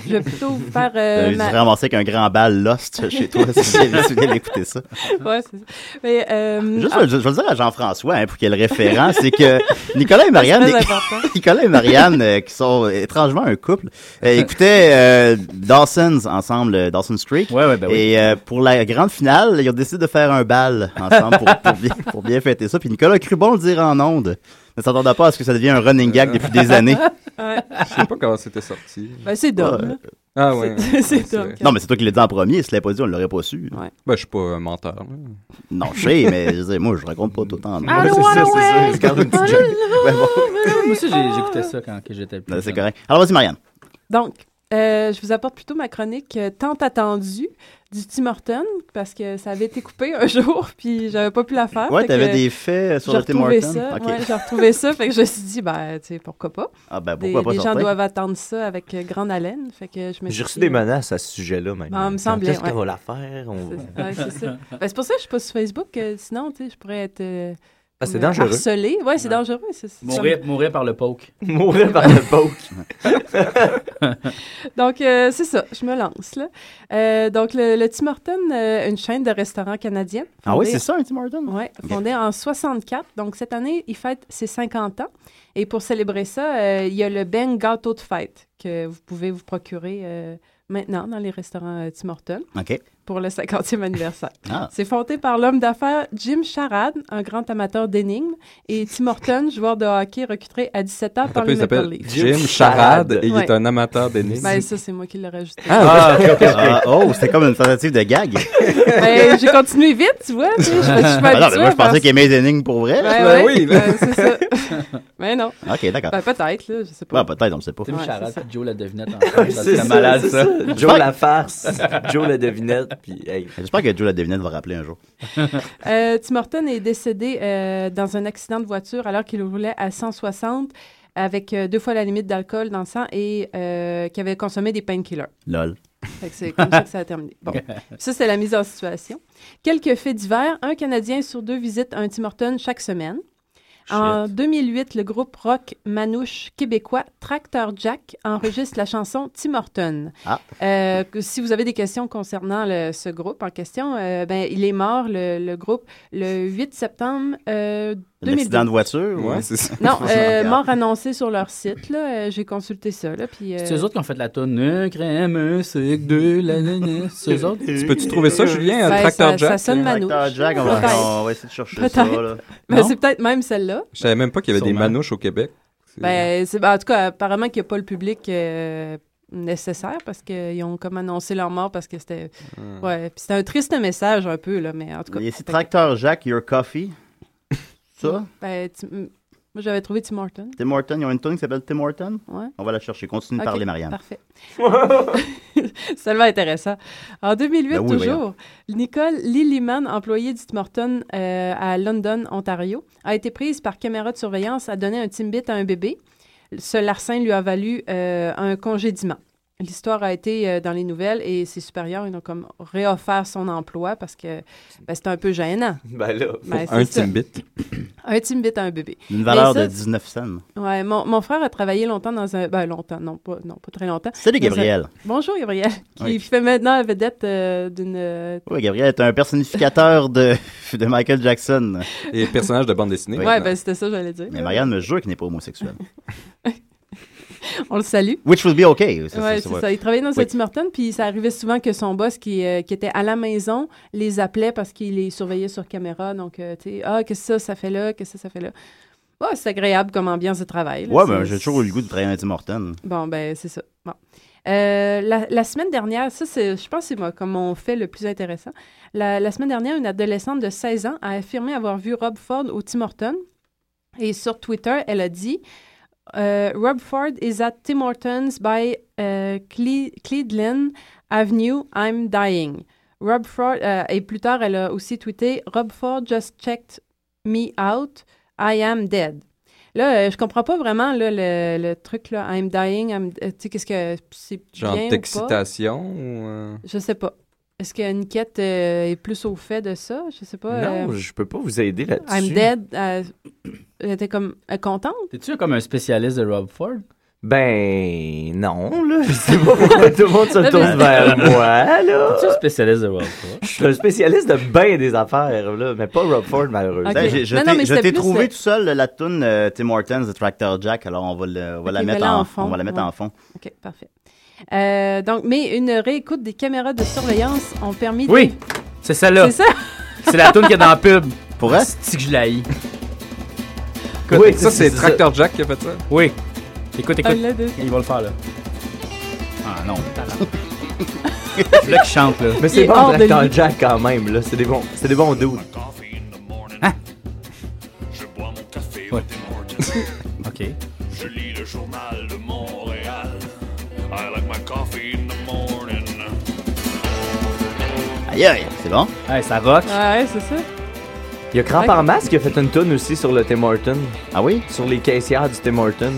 S8: Je vais plutôt vous faire. euh,
S4: Euh,
S8: ma-
S4: Tu te ramassé avec un grand bal Lost chez toi si tu viens d'écouter ça.
S8: Ouais, c'est ça. Mais, euh,
S4: Juste,
S8: en-
S4: je, je vais le dire à Jean-François, hein, pour qu'il y ait le référent, c'est que Nicolas et Marianne,
S8: C'est très
S4: éc-
S8: important.
S4: Nicolas et Marianne, euh, qui sont étrangement un couple, euh, écoutaient euh, Dawson's ensemble, euh, Dawson's Creek. Et euh, pour la grande finale, ils ont décidé de faire un bal ensemble pour, pour bien, pour bien fêter ça. Puis Nicolas a cru bon le dire en ondes. Ne s'attendait pas à ce que ça devienne un running gag depuis des années.
S8: Ouais.
S5: Je sais pas comment c'était sorti.
S8: Ben, c'est Dom, là.
S5: Ah ouais.
S8: C'est-
S5: ouais,
S8: c'est
S5: ouais,
S8: Dom.
S5: vrai.
S4: Non, mais c'est toi qui l'as dit en premier. Si l'avais pas dit, on l'aurait pas su.
S5: Ben, je suis pas un menteur. là.
S4: Non, je sais, mais je veux dire, moi, je raconte pas tout le temps.
S5: Ah, le one away. Ah, le
S4: Ouais, Ben bon.
S9: Moi aussi, j'ai- j'écoutais ça quand que j'étais plus.
S4: Non, C'est correct. Alors, vas-y, Marianne.
S8: Donc, euh, je vous apporte plutôt ma chronique euh, tant attendue du Tim Horton parce que ça avait été coupé un jour puis j'avais pas pu la faire.
S4: Ouais,
S8: fait
S4: t'avais
S8: que
S4: des faits sur
S8: j'ai
S4: le Tim
S8: retrouvé
S4: Hortons?
S8: ça,
S4: Ok.
S8: ouais, j'ai retrouvé ça, fait que je me suis dit, ben, tu sais, pourquoi pas.
S4: Ah, ben,
S8: Des-
S4: pourquoi pas
S8: Les gens
S4: sortir?
S8: doivent attendre ça avec euh, grande haleine, fait que je me
S7: J'ai
S8: suis
S7: reçu
S8: dit,
S7: des
S8: euh,
S7: menaces à ce sujet-là, même.
S8: Ben, il me semblait,
S7: Qu'est-ce
S8: ouais.
S7: qu'on va la faire? On-
S8: C'est ouais, c'est ça. Ben, c'est pour ça que je suis pas sur Facebook, euh, sinon, tu sais, je pourrais être. euh,
S7: Ah, c'est
S8: comme,
S7: dangereux.
S8: Harcelée. Ouais, c'est dangereux. c'est- c'est-
S9: Mourir, mourir par le poke.
S7: Mourir par le
S9: poke.
S8: Donc, euh, c'est ça, je me lance. Là. Euh, donc, le, le Tim Horton, euh, une chaîne de restaurants canadiens.
S4: Ah oui,
S8: fondée-
S4: c'est ça, un Tim Horton?
S8: Oui, fondée en 64. Donc, cette année, il fête ses 50 ans. Et pour célébrer ça, euh, il y a le Ben Gâteau de fête que vous pouvez vous procurer euh, maintenant dans les restaurants euh, Tim Horton
S4: OK.
S8: pour le 50e anniversaire.
S4: Ah.
S8: C'est fondé par l'homme d'affaires Jim Charade, un grand amateur d'énigmes, et Tim Horton, joueur de hockey recruté à 17 ans
S5: Un
S8: par
S5: peu,
S8: les
S5: Il
S8: Maple
S5: s'appelle
S8: Leafs.
S5: Jim Charade et il est
S8: Ouais.
S5: un amateur d'énigmes.
S8: Ben, ça, c'est moi qui l'ai rajouté.
S4: Ah, ok, ok, ok. Ah, oh, c'était comme une tentative de gag.
S8: Ben, j'ai continué vite, tu vois. tu sais, Je, je suis pas
S4: Ah non, mais
S8: habituée
S4: moi,
S8: à
S4: je
S8: faire
S4: pensais qu'il aimait les énigmes pour vrai.
S8: ça. Ben,
S4: Ben
S8: ouais,
S4: oui, ben.
S8: ben, c'est ça. Mais non.
S4: Ok, d'accord.
S8: Ben, peut-être, là, je sais pas.
S4: Ouais, peut-être, on le sait pas.
S9: Tim
S8: Ouais,
S9: Charade,
S8: c'est ça.
S9: puis Joe la devinette.
S7: Ouais, c'est ça,
S9: malade,
S7: c'est
S9: Ah, ça.
S7: ça. Joe la farce, Joe la devinette, puis hey.
S4: J'espère que Joe la devinette va rappeler un jour.
S8: Euh, Tim Horton est décédé euh, dans un accident de voiture alors qu'il roulait à 160 avec euh, deux fois la limite d'alcool dans le sang et euh, qu'il avait consommé des painkillers.
S4: Lol.
S8: Fait que C'est comme ça que ça a terminé. Bon. Ça, c'est la mise en situation. Quelques faits divers. Un Canadien sur deux visite un Tim Horton chaque semaine. En 2008, le groupe rock manouche québécois Tracteur Jack enregistre la chanson Tim Horton.
S4: Ah.
S8: Euh, que- si vous avez des questions concernant le- ce groupe en question, euh, ben, il est mort, le, le groupe, le 8 septembre euh, 2012.
S4: L'accident de voiture, ouais, c'est ça.
S8: Non, euh,
S4: Regarde.
S8: mort annoncé sur leur site. là. Euh, J'ai consulté ça. Là, puis,
S9: C'est
S8: euh,
S9: eux autres qui ont fait la tonne Un crème, un sucre, deux, la la, la. C'est eux autres.
S5: Tu peux-tu trouver ça, Julien,
S8: Ben,
S5: Tracteur
S8: ça-
S5: Jack?
S8: ça sonne manouche.
S4: Euh, Tracteur Jack, on va,
S8: Peut-être.
S4: on va essayer de chercher ça.
S8: Peut-être.
S4: Là.
S8: Ben,
S5: Non?
S8: c'est peut-être même celle-là.
S5: Je savais même pas qu'il y avait des
S9: Sûrement.
S5: manouches au Québec.
S8: Ben, c'est- ben, en tout cas, apparemment qu'il n'y a pas le public euh, nécessaire parce qu'ils ont comme annoncé leur mort parce que c'était. Ouais, puis c'était un triste message un peu, là, mais en tout cas.
S4: Il y a Tracteur Jack, Your Coffee. Ça?
S8: Ben, Tim- moi, j'avais trouvé Tim Horton.
S4: Tim Horton, ils ont une tune qui s'appelle Tim Horton.
S8: Ouais.
S4: On va la chercher. Continue de
S8: Ok,
S4: parler, Marianne.
S8: Parfait. C'est tellement intéressant. En 2008,
S4: Ben oui,
S8: toujours, Nicole Lilliman, employée du Tim Horton euh, à London, Ontario, a été prise par caméra de surveillance à donner un Timbit à un bébé. Ce larcin lui a valu euh, un congédiement. L'histoire a été euh, dans les nouvelles et ses supérieurs ils ont comme réoffert son emploi parce que ben, c'était un peu gênant.
S7: Ben là,
S8: Ben,
S4: un
S8: c'est ça.
S4: Timbit.
S8: Un Timbit à un bébé.
S4: Une valeur
S8: Mais ça,
S4: de 19 cents.
S8: Ouais, mon, mon frère a travaillé longtemps dans un. Ben, longtemps, non, pas, non, pas très longtemps.
S4: Salut,
S8: Dans un-
S4: Gabriel.
S8: Bonjour, Gabriel. Qui
S4: Oui.
S8: fait maintenant la vedette euh, d'une. euh,
S4: Oui, Gabriel est un personnificateur de, de Michael Jackson.
S5: Et personnage de bande dessinée.
S8: Ouais, ben, c'était ça, que j'allais dire.
S4: Mais Marianne me jure qu'il n'est pas homosexuel.
S8: On le salue.
S4: Which will be okay. Ça,
S8: Ouais,
S4: ça,
S8: c'est
S4: ça.
S8: ça. Il travaillait dans
S4: Oui.
S8: un Tim Horton, puis ça arrivait souvent que son boss, qui, euh, qui était à la maison, les appelait parce qu'il les surveillait sur caméra. Donc, euh, tu sais, ah, qu'est-ce que ça, ça fait là, qu'est-ce que ça, ça fait là. Ouais, c'est agréable comme ambiance de travail. là.
S4: Ouais,
S8: C'est-
S4: ben, j'ai toujours eu le goût de travailler dans Tim Horton.
S8: Bon, ben, c'est ça. Bon. Euh, la, la semaine dernière, ça, c'est, je pense que c'est moi, comme mon fait le plus intéressant. La, la semaine dernière, une adolescente de 16 ans a affirmé avoir vu Rob Ford au Tim Horton Et sur Twitter, elle a dit euh, Rob Ford is at Tim Hortons by euh, Cle- Cleveland Avenue. I'm dying. Rob Ford, euh, et plus tard, elle a aussi tweeté Rob Ford just checked me out. I am dead. Là, euh, je comprends pas vraiment là, le, le truc, là, I'm dying. I'm- euh, tu sais, qu'est-ce que c'est
S5: Genre
S8: bien ou pas?
S5: d'excitation ou. euh,
S8: Je sais pas. Est-ce que Niquette euh, est plus au fait de ça? Je sais pas.
S7: Non,
S8: euh,
S7: je peux pas vous aider là-dessus.
S8: I'm dead. euh, elle était comme euh, contente.
S9: T'es-tu comme un spécialiste de Rob Ford?
S7: Ben, non, là. Je sais pas pourquoi tout le monde se tourne vers moi, là.
S9: T'es-tu un spécialiste de Rob Ford?
S7: Je suis un spécialiste de bien des affaires, là, mais pas Rob Ford, malheureusement.
S4: Ben, j'ai- je t'ai- je t'ai trouvé tout seul la toune euh, Tim Hortons de Tractor Jack, alors on va, le- on va la
S8: Ok,
S4: mettre
S8: mets-la
S4: en,
S8: en fond,
S4: on va la mettre
S8: ouais.
S4: en fond.
S8: OK, parfait. Euh, donc, mais une réécoute des caméras de surveillance ont permis de-
S9: Oui, c'est celle-là.
S8: C'est ça?
S9: C'est la toune qui est dans la pub.
S4: Pour elle?
S9: C'est que je la haïs.
S5: Écoute, ça, c'est Tractor Jack qui a fait ça?
S9: Oui. Écoute, écoute.
S5: Un, là, deux.
S9: Ils vont le faire, Ah, là. Ah non. c'est là qu'il chante, là.
S7: Mais
S9: Il
S7: c'est
S9: est
S7: bon,
S9: hors de
S7: Tractor
S9: lui.
S7: Jack, quand même, là. C'est des bons, c'est des bons dudes.
S9: Ouais. OK.
S11: Je lis le journal de Montréal. I like my coffee in the morning.
S4: Aïe, aïe, c'est bon.
S9: Ouais, ça rock.
S8: Ouais, c'est ça.
S7: Il y a Cramp en masse qui a fait une toune aussi sur le Tim Horton.
S4: Ah oui?
S7: Sur les caissières du Tim Horton.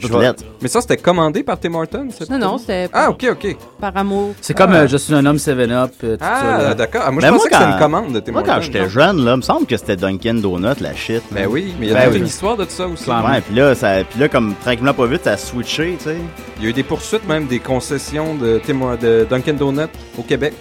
S5: Je vois- Mais ça, c'était commandé par Tim Hortons? cette
S8: Non, non,
S5: toune?
S8: c'était
S5: Ah, OK, OK.
S8: par amour.
S9: C'est comme euh, Je suis un homme 7-Up. euh, tout
S5: Ah,
S9: ça, là.
S5: d'accord. Ah, moi,
S4: Ben,
S5: pensais que c'était une commande de Tim
S4: Moi, quand
S5: Hortons,
S4: j'étais
S5: non?
S4: jeune, là, il me semble que c'était Dunkin' Donut, la shit.
S5: Ben oui, mais il y a
S4: Ben
S5: toute
S4: oui.
S5: une histoire de ça aussi.
S4: Ouais, puis là, ça, puis là, comme tranquillement pas vite, ça a switché, tu sais.
S5: Il y a eu des poursuites même des concessions de, Tim Ho- de Dunkin' Donut au Québec.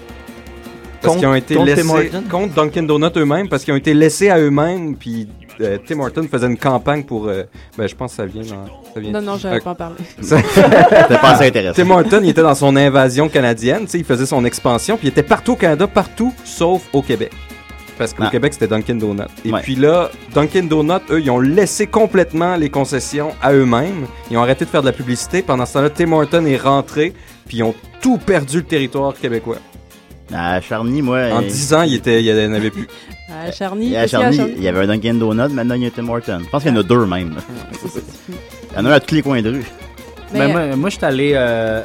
S5: Parce
S7: Contre-
S5: qu'ils ont été
S7: contre Tim
S5: laissés
S7: Hortons?
S5: contre Dunkin' Donut eux-mêmes, parce qu'ils ont été laissés à eux-mêmes, puis euh, Tim Horton faisait une campagne pour. euh, ben, je pense que ça vient. dans- ça vient
S8: Non, non, j'avais
S5: Euh,
S8: pas en parlé.
S5: ça-
S4: C'était pas assez intéressant.
S5: Tim Horton, il était dans son invasion canadienne, tu sais, il faisait son expansion, puis il était partout au Canada, partout, sauf au Québec. Parce qu'au
S4: Ah.
S5: Québec, c'était Dunkin' Donut. Et
S4: Ouais.
S5: puis là, Dunkin' Donut, eux, ils ont laissé complètement les concessions à eux-mêmes. Ils ont arrêté de faire de la publicité. Pendant ce temps-là, Tim Horton est rentré, puis ils ont tout perdu le territoire québécois.
S4: À Ah, Charny, moi.
S5: En
S4: il-
S5: 10 ans, il était- il y en avait plus.
S8: Euh, À Charny.
S4: à
S8: qu'est-ce qu'il y a
S4: Charny, il y avait un Dunkin' Donut, maintenant il y a un Tim Hortons. Je pense qu'il y en a deux même. il y en a un à tous les coins de rue.
S9: Ben, moi, moi je suis allé. euh,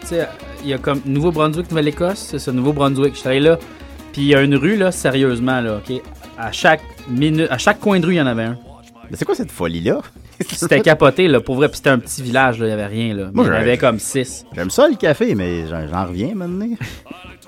S9: tu sais, il y a comme Nouveau-Brunswick, Nouvelle-Écosse, c'est ça, Nouveau-Brunswick. Je suis allé là. Puis il y a une rue, là, sérieusement, là, OK? À chaque minute, à chaque coin de rue, il y en avait un.
S4: Mais c'est quoi cette folie-là?
S9: C'était capoté, là, pour vrai. Puis c'était un petit village, là, il n'y avait rien, là. Mais
S4: Moi,
S9: il y en
S4: j'ai-
S9: avait comme six.
S4: J'aime ça le café, mais j'en j'en reviens maintenant.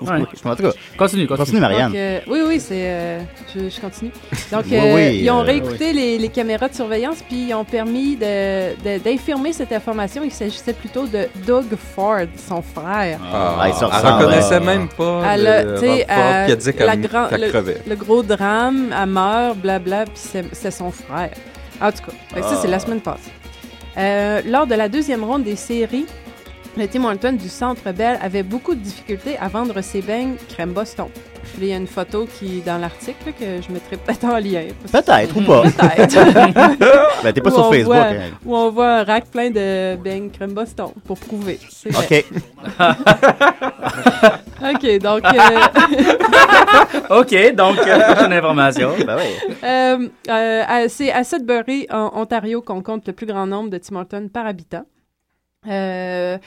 S4: En tout cas,
S9: Continue, continue.
S4: continue Marianne.
S8: Donc, euh, oui, oui, c'est. euh, je, je continue. Donc,
S4: Oui,
S8: euh,
S4: oui,
S8: ils ont
S4: euh,
S8: réécouté les, les caméras de surveillance, puis ils ont permis de- de- d'infirmer cette information. Il s'agissait plutôt de Doug Ford, son frère.
S5: Ah,
S4: Ah, il sort
S5: elle
S4: ça,
S5: reconnaissait
S4: euh,
S5: même pas
S8: Elle
S5: le,
S8: a-
S5: Rob
S8: tu sais,
S5: Ford,
S8: elle-
S5: puis elle disait
S8: la
S5: qu'elle
S8: grand-
S5: qu'elle
S8: le-
S5: crevait.
S8: Le gros drame, elle meurt, blabla, puis c'est c'est son frère. En tout cas, fait que ça, c'est
S5: Ah.
S8: la semaine passée. Euh, lors de la deuxième ronde des séries, le Tim Horton du Centre Bell avait beaucoup de difficultés à vendre ses beignes crème Boston. Puis là, il y a une photo qui dans l'article là, que je mettrai peut-être en lien. parce que-
S4: Peut-être ou pas.
S8: Peut-être.
S4: Ben, t'es pas
S8: Où
S4: sur
S8: on
S4: Facebook,
S8: voit-
S4: hein.
S8: Où on voit un rack plein de beignes crème Boston pour prouver. C'est vrai.
S4: OK.
S8: OK, donc... euh,
S9: OK, donc, euh, prochaine information.
S4: Ben oui.
S8: Euh, euh, à- c'est à Sudbury, en Ontario, qu'on compte le plus grand nombre de Tim Hortons par habitant. Euh,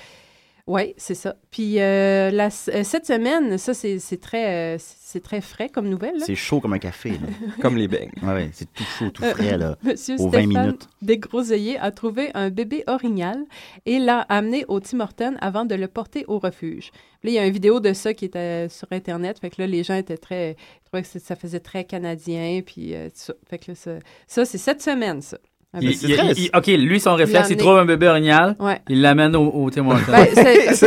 S8: oui, c'est ça. Puis euh, la s- euh, cette semaine, ça, c'est c'est très, euh, c'est très frais comme nouvelle. là.
S4: C'est chaud comme un café. là.
S5: Comme les beignes.
S4: Ouais, ouais, c'est tout chaud, tout
S8: Euh,
S4: frais, là.
S8: Monsieur
S4: aux 20
S8: Stéphane
S4: minutes.
S8: Desgroseilliers a trouvé un bébé orignal et l'a amené au Tim Hortons avant de le porter au refuge. Puis là, il y a une vidéo de ça qui était sur Internet. Fait que là, les gens étaient très. ils trouvaient que c'est- ça faisait très canadien. Puis euh, tout ça. Fait que là, ça, ça, c'est cette semaine, ça. Un
S9: Il-
S8: bébé.
S9: il- il- il- ok, lui, son réflexe, il
S8: l'amener.
S9: trouve un bébé orignal,
S8: Ouais.
S9: il l'amène au, au Tim Hortons.
S8: Ben, c'est-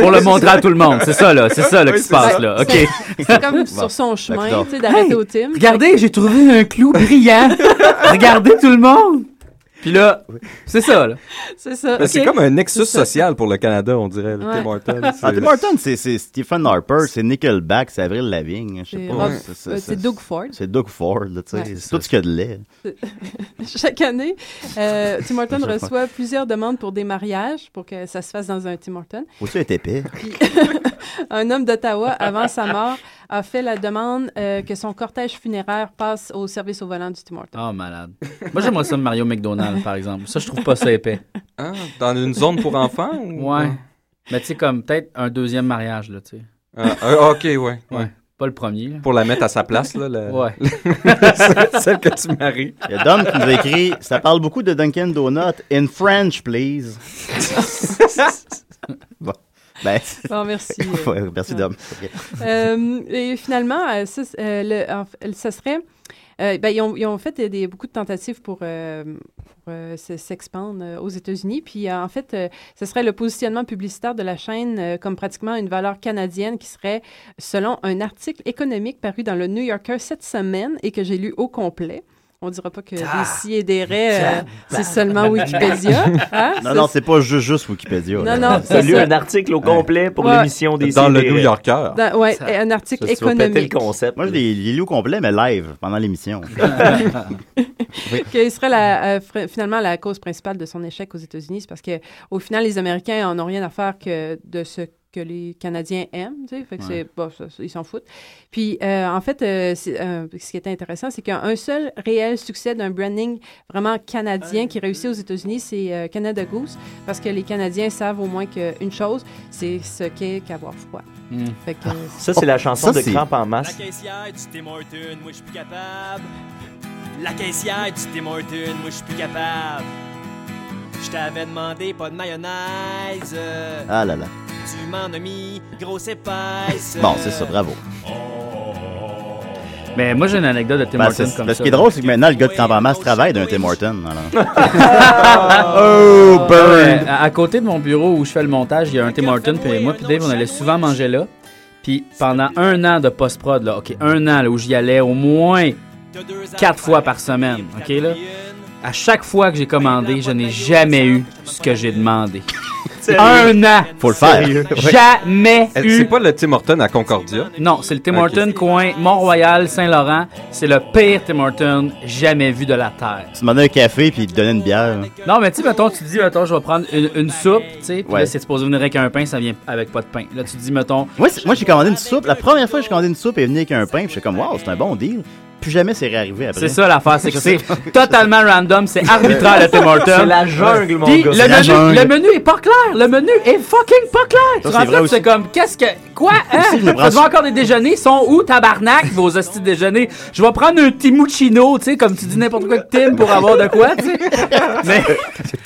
S9: pour le montrer à tout le monde. C'est ça, là. C'est ça, là,
S5: Oui,
S9: qui se
S5: c'est ça. Ben,
S9: passe, là. OK. Ben,
S8: C'est- C'est comme sur son chemin, tu sais, d'arrêter
S9: Hey,
S8: au Tim.
S9: Regardez, j'ai trouvé un clou brillant. Regardez tout le monde. Puis là, c'est ça, là.
S8: C'est ça.
S5: Ben, C'est
S8: ok.
S5: comme un nexus social pour le Canada, on dirait, le
S8: Ouais.
S5: Tim Hortons.
S4: Ah,
S5: c'est-
S4: Tim Hortons, c'est- c'est Stephen Harper, c'est Nickelback, c'est Avril Lavigne. Je sais
S8: C'est
S4: pas.
S8: Rob-
S4: Ouais,
S8: euh, c'est Doug Ford.
S4: C'est Doug Ford, là, tu sais.
S8: Ouais.
S4: C'est tout ce qu'il y a de lait.
S8: Chaque année, euh, Tim Hortons
S4: Je sais pas.
S8: reçoit plusieurs demandes pour des mariages, pour que ça se fasse dans un Tim Hortons.
S4: Faut-tu être épais?
S8: Puis, un homme d'Ottawa, avant sa mort, a fait la demande euh, que son cortège funéraire passe au service au volant du Tim Hortons.
S9: Ah, malade. Moi, j'aimerais ça Mario McDonald, par exemple. Ça, je trouve pas ça épais.
S5: Ah, dans une zone pour enfants? ou-
S9: Ouais. Mais tu sais, comme peut-être un deuxième mariage, là, tu sais.
S5: Ah, ah, ok, ouais, ouais.
S9: Pas le premier. là.
S5: Pour la mettre à sa place, là. la-
S9: Ouais.
S5: Celle que tu maries.
S4: Il y a Dom qui nous a écrit Ça parle beaucoup de Dunkin' Donut. In French, please. bon. Ben,
S8: Bon, merci.
S4: Ouais, merci, Dom. Ok.
S8: Euh, et finalement, euh, ça, c'est, euh, le- en f- ça serait. euh, ben, ils, ont, ils ont fait des, des- beaucoup de tentatives pour, euh, pour, euh, se- s'expandre euh, aux États-Unis. Puis, euh, en fait, euh, ce serait le positionnement publicitaire de la chaîne euh, comme pratiquement une valeur canadienne qui serait, selon un article économique paru dans le New Yorker cette semaine et que j'ai lu au complet. On dira pas que
S4: Ah,
S8: des si et des raies, euh, c'est seulement Wikipédia.
S4: bah.
S8: hein?
S4: Non, non, c'est pas ju- juste Wikipédia.
S8: Non,
S4: là.
S8: non, c'est T'as lu ça. un
S7: article au complet pour
S8: Ouais.
S7: l'émission des
S4: Dans le
S7: Sidérés.
S4: New Yorker.
S8: Dans- ouais, un article économique.
S7: concept.
S4: Moi, je l'ai l'ai lu au complet, mais live, pendant l'émission. Oui.
S8: que serait la, euh, fr- finalement la cause principale de son échec aux États-Unis, c'est parce que au final, les Américains en ont rien à faire que de ce que les Canadiens aiment, tu sais, fait que
S2: Ouais.
S8: c'est- bah, ça, ça, ils s'en foutent. Puis, euh, en fait, euh, c'est, euh, ce qui était intéressant, c'est qu'un seul réel succès d'un branding vraiment canadien qui réussit aux États-Unis, c'est euh, Canada Goose, parce que les Canadiens savent au moins qu'une chose, c'est ce qu'est qu'avoir froid.
S9: Mm.
S7: Hmm.
S8: Fait que,
S7: Ça, c'est la chanson
S8: Ça,
S7: de
S8: c'est-
S7: Crampe en masse.
S13: La caissière du Tim Hortons, moi je suis plus capable. La caissière du Tim Hortons, moi je suis plus capable. Je t'avais demandé pas de mayonnaise.
S4: Ah là là.
S13: Tu m'en as mis grosse épaisse.
S4: Bon, c'est ça, bravo.
S9: Mais moi, j'ai une anecdote de Tim
S4: Ben,
S9: Hortons
S4: c'est-
S9: comme
S4: ben,
S9: ça.
S4: ce qui est drôle, c'est que maintenant, le gars de Camp en masse travaille d'un Tim Horton.
S9: oh,
S4: ben.
S9: burn! À, à côté de mon bureau où je fais le montage, il y a un Tim Hortons, puis moi, puis Dave, on allait souvent manger là. Puis pendant un an de post-prod, là, OK, un an, là, où j'y allais au moins quatre fois par semaine, OK, là, à chaque fois que j'ai commandé, je n'ai jamais eu ce que j'ai demandé. un an!
S4: Faut le faire.
S9: Sérieux.
S4: Ouais.
S9: Jamais
S5: Eh,
S9: eu
S5: C'est pas le Tim Horton à Concordia.
S9: Non, c'est le Tim Hortons coin Mont-Royal, Saint-Laurent. C'est le pire Tim Hortons jamais vu de la Terre.
S4: Tu demandais un café puis il te donnait une bière.
S9: Non, mais tu sais, mettons, tu dis, mettons, je vais prendre une, une soupe, tu sais, puis
S4: Ouais.
S9: là, c'est supposé venir avec un pain, ça vient avec pas de pain. Là, tu dis, mettons,
S4: Moi, c'est- moi j'ai commandé une soupe. La première fois que j'ai commandé une soupe, elle est venue avec un pain. puis J'étais comme, waouh, c'est un bon deal. Plus jamais c'est réarrivé après.
S9: c'est ça l'affaire, c'est que
S4: Je
S9: c'est
S4: sais pas.
S9: totalement random, c'est arbitraire le Tim Hortons.
S4: C'est la jungle, mon
S9: Puis
S4: gars,
S9: Le
S4: c'est la
S9: menu,
S4: jungle.
S9: le menu est pas clair, le menu est fucking pas clair.
S4: c'est
S9: tu rentres
S4: vrai
S9: là, c'est comme, qu'est-ce que, quoi, hein?
S4: Aussi, je me
S9: Tu
S4: prends-
S9: vas encore des déjeuners, sont où, tabarnak, vos hosties de déjeuner? Je vais prendre un Timuccino, tu sais, comme tu dis n'importe quoi que Tim pour avoir de quoi, tu sais. Mais,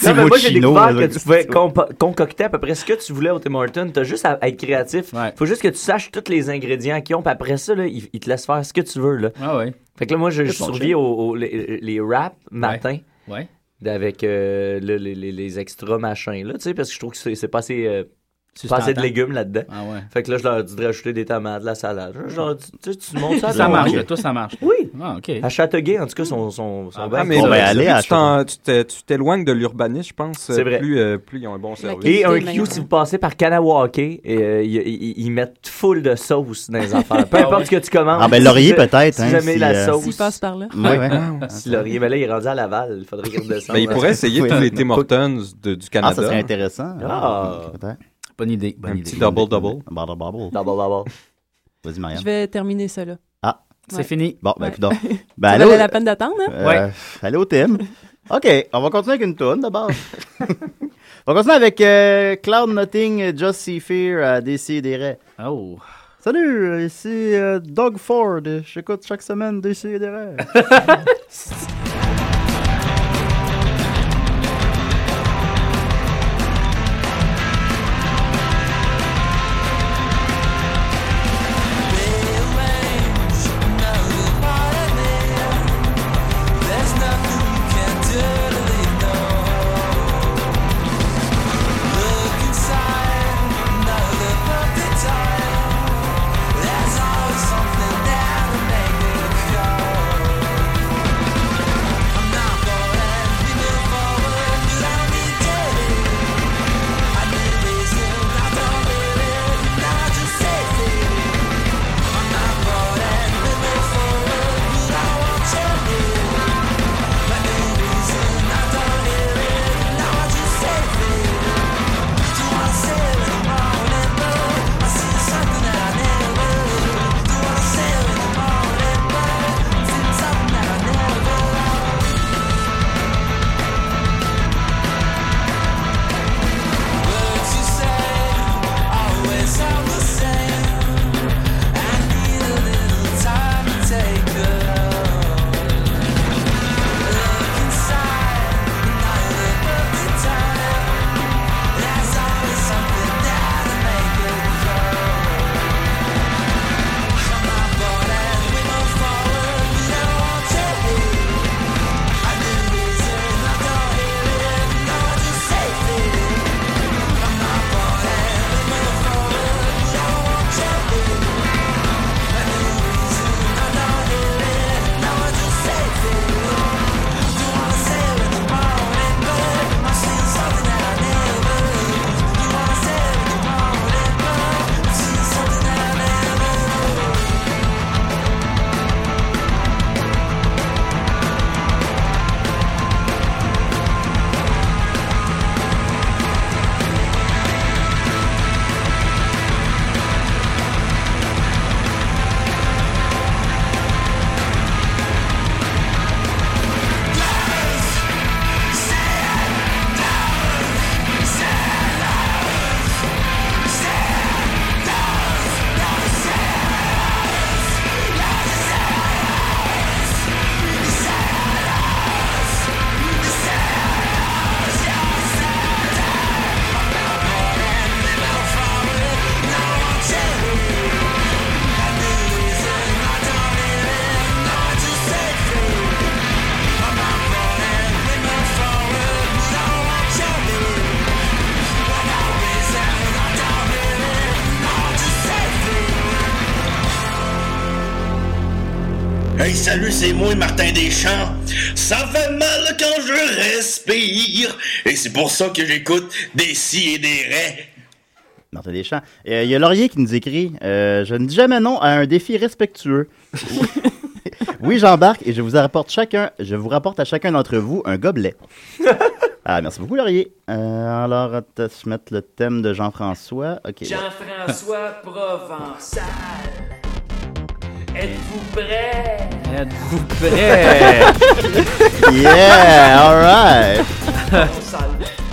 S7: Non, mais moi, j'ai
S9: Timochino,
S7: découvert
S9: là.
S7: que tu pouvais compo- concocter à peu près ce que tu voulais au Tim Hortons. T'as juste à être créatif. Faut juste que tu saches tous les ingrédients qu'ils ont. Puis après ça, là, ils, ils te laissent faire ce que tu veux. Là.
S9: Ah ouais.
S7: Fait que là, moi, je, je
S9: C'est bon
S7: survis
S9: chef.
S7: aux les, les wraps matin.
S9: Ouais.
S7: Avec euh, le- les, les- les extras machins, là, tu sais, parce que je trouve que c'est c'est pas assez. euh,
S9: C'est
S7: pas assez de
S9: tentant.
S7: légumes là-dedans.
S9: Ah ouais.
S7: Fait que là, je leur dis de rajouter des tomates, de la salade. Je leur dis, tu sais, tu montes ça. à
S9: Ça
S7: leur
S9: marche,
S7: goût.
S9: toi, ça marche.
S7: Oui.
S9: Ah, OK. Ah,
S7: À Châteauguay, en tout cas, sont, sont, sont bien
S5: Ah, mais
S4: ben,
S5: là,
S7: contents.
S5: tu- tu t'en- tu t'é- tu t'éloignes de l'urbanisme, je pense.
S7: C'est vrai.
S5: Plus, euh, plus ils ont un bon service.
S7: Et un Q, si vous passez par Kanawake, euh, ils ils- ils mettent full de sauce dans les affaires. Peu
S4: Ah
S7: importe
S4: ouais.
S7: ce que tu commandes.
S4: Ah, ben,
S7: si
S4: Laurier,
S7: jamais-
S4: peut-être, hein,
S7: Si jamais
S4: si,
S7: la
S4: euh,
S7: sauce.
S8: S'il passe par là.
S4: Ouais, Ah, ouais.
S5: Ah,
S7: Si Laurier, mais là, il est rendu à Laval. Il faudrait qu'il redescende.
S5: Mais Ben, ils pourraient essayer tous les Tim Hortons de- du Canada.
S4: Ah, ça serait intéressant.
S7: Ah.
S9: Bonne idée.
S5: Un petit double-double.
S4: Double-double.
S7: Double-double.
S4: Vas-y, Marianne.
S8: Je vais terminer ça, là.
S4: Ah.
S8: C'est Ouais. fini.
S4: Bon, ben,
S8: Ouais.
S4: coudonc.
S8: Ça
S4: allô-
S8: valait la peine d'attendre, hein?
S4: Euh,
S8: Ouais.
S4: Allô, Tim. OK, on va continuer avec une toune, d'abord. on va continuer avec euh, Cloud Nothing, Just See Fear, euh, à Décideret.
S9: Oh.
S4: Salut, euh, ici euh, Doug Ford. J'écoute chaque semaine Décideret.
S11: There's always something that'll make it go.
S3: Hey, salut, c'est moi, Martin Deschamps. Ça fait mal quand je respire. Et c'est pour ça que j'écoute des si et des raies.
S4: Martin Deschamps. Euh, Il y a Laurier qui nous écrit euh, Je ne dis jamais non à un défi respectueux. oui, j'embarque et je vous rapporte chacun, je vous rapporte à chacun d'entre vous un gobelet. ah, merci beaucoup, Laurier. Euh, alors, attends, je vais mettre le thème de Jean-François. Ok.
S14: Jean-François Provençal. Êtes-vous prêt?
S9: Êtes-vous
S14: prêts?
S4: yeah, alright.
S14: Provençal.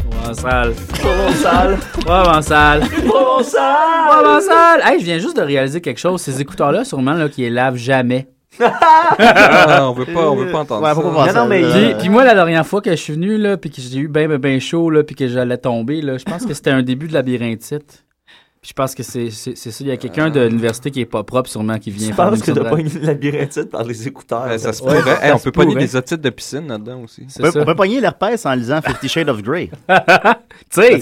S9: Provençal.
S14: Provençal.
S9: Provençal.
S14: Provençal.
S9: Provençal. Hey, je viens juste de réaliser quelque chose. Ces écouteurs-là, sûrement, là, qui les lavent jamais.
S5: Ah, on veut pas, on veut pas entendre ça.
S9: Non, non, mais puis, puis moi, la dernière fois que je suis venu, là, puis que j'ai eu ben, ben, ben chaud, là, puis que j'allais tomber, là, je pense que c'était un début de labyrinthite. Puis je pense que c'est c'est- c'est ça. Il y a quelqu'un
S5: Ah.
S9: de l'université qui est pas propre, sûrement, qui vient
S7: Je
S9: faire
S7: pense que
S9: une
S7: t'as pas
S9: soirée.
S7: une labyrinthite par les écouteurs.
S5: Ouais, Ah, Ben, ça se
S7: Ouais,
S5: pourrait. Ben,
S7: ça
S5: Hey, on
S7: se
S5: peut pogner
S7: pourrait.
S5: des otites de piscine là-dedans aussi.
S4: On peut, on peut pogner l'herpès en lisant Fifty Shades of Grey. Parce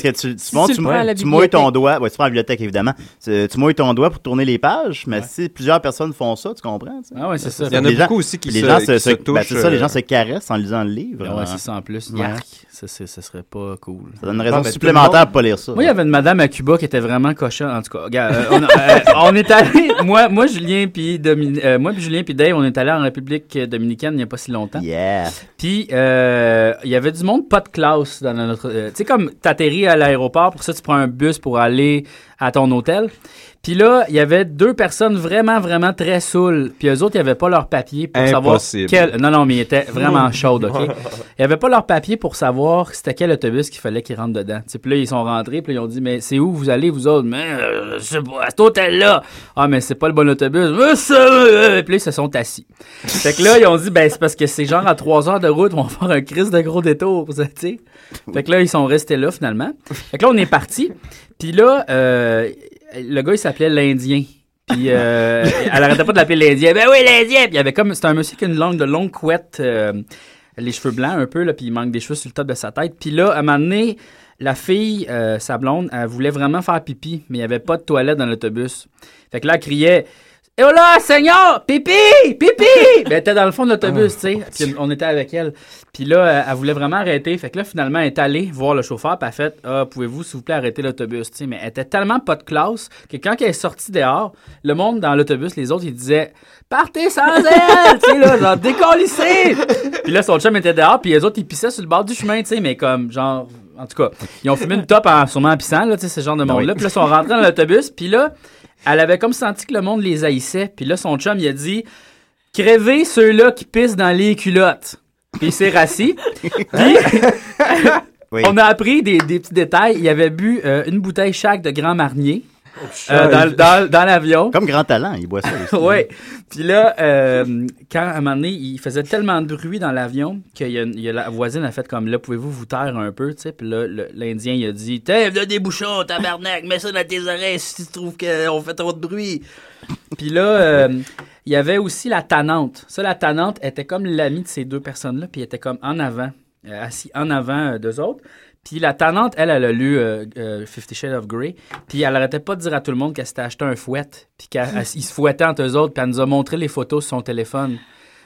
S4: que tu, tu, montes-
S5: tu
S4: tu
S5: le prends à la
S4: tu mouilles ton
S5: bibliothèque.
S4: doigt. Ouais, tu prends la bibliothèque, évidemment. Tu, tu mouilles ton doigt pour tourner les pages, mais si plusieurs personnes font ça, tu comprends? tu sais?
S9: Ah ouais, c'est ça.
S5: Il y en a
S4: Les gens-
S5: beaucoup aussi qui
S4: les
S5: se-
S4: gens
S5: qui se
S4: ben,
S5: touchent,
S4: c'est ça, les
S5: euh,
S4: gens se caressent en lisant le livre.
S9: Ah ouais,
S4: hein.
S9: c'est ça en plus.
S4: Ouais.
S9: Yark. Ça, c'est- ça serait pas cool.
S4: Ça donne une raison Ah, ben, supplémentaire tout le monde- pour pas lire ça.
S9: Moi, il y avait une madame à Cuba qui était vraiment cochonne. En tout cas, regarde, euh, on, a- euh, on est allé. Moi, moi, Julien puis Domin- euh, moi, puis Julien puis Dave, on est allé en République dominicaine il n'y a pas si longtemps.
S4: Yeah.
S9: Puis euh, il y avait du monde pas de classe dans notre. euh, tu sais comme t'atterris à l'aéroport, pour ça tu prends un bus pour aller à ton hôtel. Puis là, il y avait deux personnes vraiment, vraiment très saoules. Puis eux autres, ils n'avaient pas leur papier pour
S5: Impossible.
S9: savoir quel. Non, non, mais ils étaient vraiment chauds, OK? Ils n'avaient pas leur papier pour savoir c'était quel autobus qu'il fallait qu'ils rentrent dedans. Tu sais, puis là, ils sont rentrés, puis là, ils ont dit, mais c'est où vous allez, vous autres? Mais, euh, je sais pas, à cet hôtel-là. Ah, mais c'est pas le bon autobus. Mais ça, euh, euh. Puis là, ils se sont assis. fait que là, ils ont dit, ben, c'est parce que c'est genre à trois heures de route, on va faire un crise de gros détour, tu sais. Fait que là, ils sont restés là, finalement. Fait que là, on est parti. Puis là, euh, le gars, il s'appelait l'Indien. Puis euh, elle arrêtait pas de l'appeler l'Indien. Ben oui, l'Indien! Puis il y avait comme. C'était un monsieur qui a une langue de longue couette, euh, les cheveux blancs un peu, là, puis il manque des cheveux sur le top de sa tête. Puis là, à un moment donné, la fille, euh, sa blonde, elle voulait vraiment faire pipi, mais il n'y avait pas de toilette dans l'autobus. Fait que là, elle criait. Et là, Seigneur, pipi, pipi! Ben, elle était dans le fond de l'autobus, tu sais. Puis on était avec elle. Puis là, euh, elle- elle voulait vraiment arrêter. Fait que là, finalement, elle est allée voir le chauffeur. Puis elle a fait Ah, pouvez-vous, s'il vous plaît, arrêter l'autobus, tu sais. Mais elle était tellement pas de classe que quand elle est sortie dehors, le monde dans l'autobus, les autres, ils disaient Partez sans elle! tu sais, là, genre, décollissez! Puis là, son chum était dehors. Puis les autres, ils pissaient sur le bord du chemin, tu sais. Mais comme, genre, en tout cas, ils ont fumé une top en, sûrement en pissant, là, tu sais, ce genre de monde-là. Puis là, ils sont rentrés dans l'autobus. Puis là, elle avait comme senti que le monde les haïssait. Puis là, son chum, il a dit Crévez ceux-là qui pissent dans les culottes. Puis il s'est rassis. Puis on a appris des, des petits détails. Il avait bu euh, une bouteille chaque de Grand Marnier
S4: Oh,
S9: euh, dans, le- dans, dans l'avion.
S4: Comme grand talent, il boit ça aussi.
S9: ouais. Puis là, euh, quand à un moment donné, il faisait tellement de bruit dans l'avion que il y a, il y a la voisine a fait comme là, pouvez-vous vous taire un peu, tu sais. Puis là, le- l'Indien, il a dit, t'es v'là des bouchons, tabarnak, mets ça dans tes oreilles si tu trouves qu'on fait trop de bruit. Puis là, euh, il y avait aussi la tanante. Ça, la tanante était comme l'amie de ces deux personnes-là, puis elle était comme en avant, euh, assis en avant euh, d'eux autres. Puis la tanante, elle, elle a lu euh, euh, Fifty Shades of Grey, puis elle arrêtait pas de dire à tout le monde qu'elle s'était acheté un fouet, puis qu'ils se fouettaient entre eux autres, puis elle nous a montré les photos sur son téléphone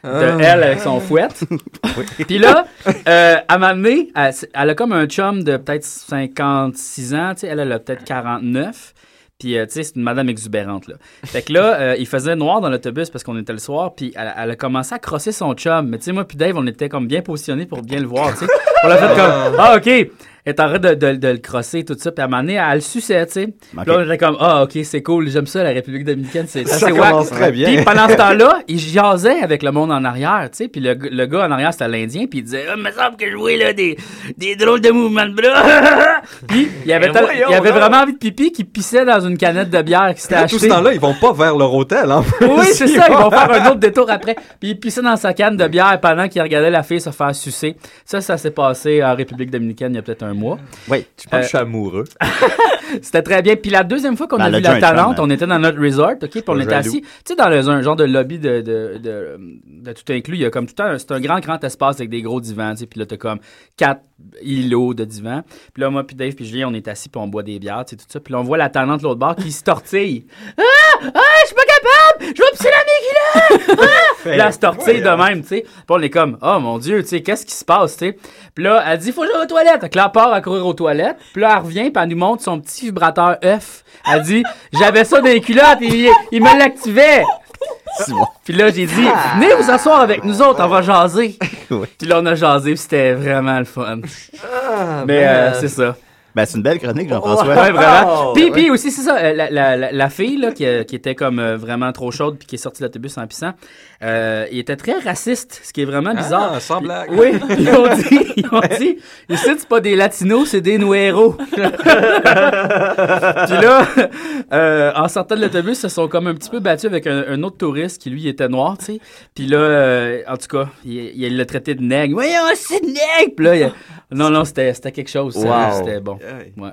S9: de
S5: Ah.
S9: elle avec son fouet. Puis là, euh, à un moment donné, elle, elle a comme un chum de peut-être 56 ans, tu sais, elle, elle a peut-être 49. Puis, euh, tu sais, c'est une madame exubérante, là. Fait que là, euh, il faisait noir dans l'autobus parce qu'on était le soir, puis elle, elle a commencé à crosser son chum. Mais tu sais, moi puis Dave, on était comme bien positionnés pour bien le voir, tu sais. On l'a fait comme, ah, OK, elle est en train de, de- de le crosser, tout ça. Puis à un moment donné, elle le suçait, tu sais. Puis là, on était comme, ah, OK, c'est cool, j'aime ça, la République dominicaine, c'est
S5: Ça
S9: assez wack.
S5: commence très bien.
S9: Puis pendant ce temps-là, Ah, il jasait avec le monde en arrière, tu sais. Puis le, g- le gars en arrière, c'était l'Indien, puis il disait, ah, me semble que je vois, là, des, des drôles de mouvements de bras. puis il avait,
S5: Mais
S9: tel-
S5: voyons
S9: il avait
S5: donc.
S9: vraiment envie de pipi qu'il pissait dans une canette de bière qui s'était
S5: Là, ben, tout
S9: achetée.
S5: ce temps-là, ils vont pas vers leur hôtel. hein.
S9: Oui, c'est ça, ils vont faire un autre détour après. Puis il pissait dans sa canne de bière pendant qu'il regardait la fille se faire sucer. Ça, ça s'est passé en République dominicaine il y a peut-être un mois. Euh,
S4: Oui,
S7: tu penses que je suis amoureux.
S9: C'était très bien. Puis la deuxième fois qu'on
S7: Ben,
S9: a
S7: le
S9: vu la
S7: joint, quand
S9: talente,
S7: même.
S9: on était dans notre resort, OK, puis on
S7: Pas
S9: était
S7: jaloux.
S9: assis, tu sais, dans le- un genre de lobby de, de, de- de tout inclus. Il y a comme tout le temps, c'est un grand, grand espace avec des gros divans, tu sais, puis là, t'as comme quatre îlots de divans. Puis là, moi, puis Dave, puis Julien, on est assis, puis on boit des bières, tu sais, tout ça. Puis là, on voit la talente de l'autre bord qui se tortille.
S14: Ah! Ah! Je suis pas capable!
S15: Je vais pisser la mes culottes!
S9: Puis là, elle se tortille de même, tu sais. Puis on est comme, oh mon Dieu, tu sais, qu'est-ce qui se passe, tu sais. Puis là, elle dit, faut que j'aille aux toilettes. Fait que là, elle part à courir aux toilettes. Puis là, elle revient, puis elle nous montre son petit vibrateur F. Elle dit, j'avais ça dans les culottes, il, il me l'activait. Puis là, j'ai dit, venez vous asseoir avec nous autres, on va jaser. Puis là, on a jasé, puis c'était vraiment le fun.
S4: Ah,
S9: Mais euh, c'est ça.
S4: Ben, c'est une belle chronique, Jean-François. Ben
S9: Ouais, vraiment. Puis, puis aussi, c'est ça, euh, la, la- la- la fille là, qui, euh, qui était comme euh, vraiment trop chaude puis qui est sortie de l'autobus en pissant, euh, il était très raciste, ce qui est vraiment bizarre.
S5: Ah, sans blague.
S9: Oui, ils ont dit, ils ont dit, ici, c'est pas des latinos, c'est des nueros. puis là, euh, en sortant de l'autobus, ils se sont comme un petit peu battus avec un, un autre touriste qui, lui, était noir, tu sais. Puis là, euh, en tout cas, il il l'a traité de nègre. Voyons, c'est une nègre! Puis là, il- non, non, c'était c'était quelque chose, sérieux,
S7: Wow.
S9: c'était bon. Ouais, ouais, ouais.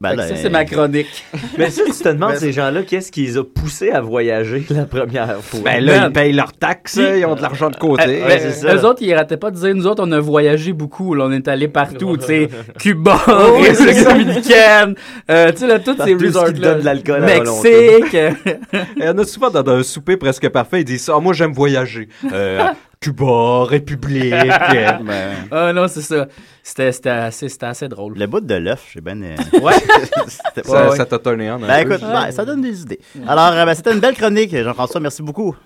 S7: Ben
S9: Fait que
S7: là,
S9: ça,
S7: euh,
S9: c'est ma chronique. Ben,
S7: Mais ça, tu te demandes, ces gens-là, qu'est-ce qui les a poussés à voyager la première fois?
S5: Ben là, ils payent leurs taxes, ils ont de l'argent de côté.
S9: Euh,
S5: Ouais,
S9: ben,
S5: c'est ça.
S9: eux autres, ils rataient pas de dire, nous autres, on a voyagé beaucoup, là, on est allé partout, tu sais, Cuba,
S7: Oh, oui, c'est
S9: République
S7: ça.
S9: dominicaine, euh, tu sais, là, toutes ces
S7: Partout, ce qui te
S9: resorts là
S7: donne de l'alcool à
S9: Mexique.
S5: Il y en a souvent dans un souper presque parfait, ils disent ça, Ah, moi j'aime voyager. Euh, Cuba, République. euh,
S9: Ah non, c'est ça. C'était c'était assez, c'était assez drôle.
S4: Le bout de l'œuf, j'ai bien. euh,
S9: Ouais.
S4: c'était-
S5: Ça- ça t'a turné
S9: hein.
S5: on, un
S4: Ben
S5: peu.
S4: écoute, ben, ça donne des idées. Alors, euh, ben, c'était une belle chronique, Jean-François, merci beaucoup.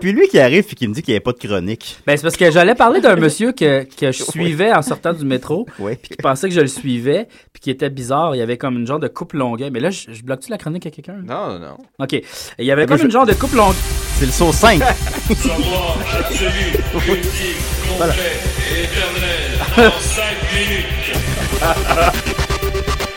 S4: Puis lui qui arrive et qui me dit qu'il n'y avait pas de chronique.
S9: Ben, c'est parce que j'allais parler d'un monsieur que, que je suivais en sortant du métro,
S4: Oui.
S9: puis qui pensait que je le suivais, puis qui était bizarre. Il y avait comme une genre de coupe longueuil. Mais là, je, je bloque-tu la chronique à quelqu'un?
S5: Non, non.
S9: OK. Il y avait comme une genre de coupe longueuil.
S4: C'est le saut 5.
S11: Savoir absolu, ultime,
S4: Voilà.
S11: complet, éternel, en 5
S3: Ah,
S11: minutes.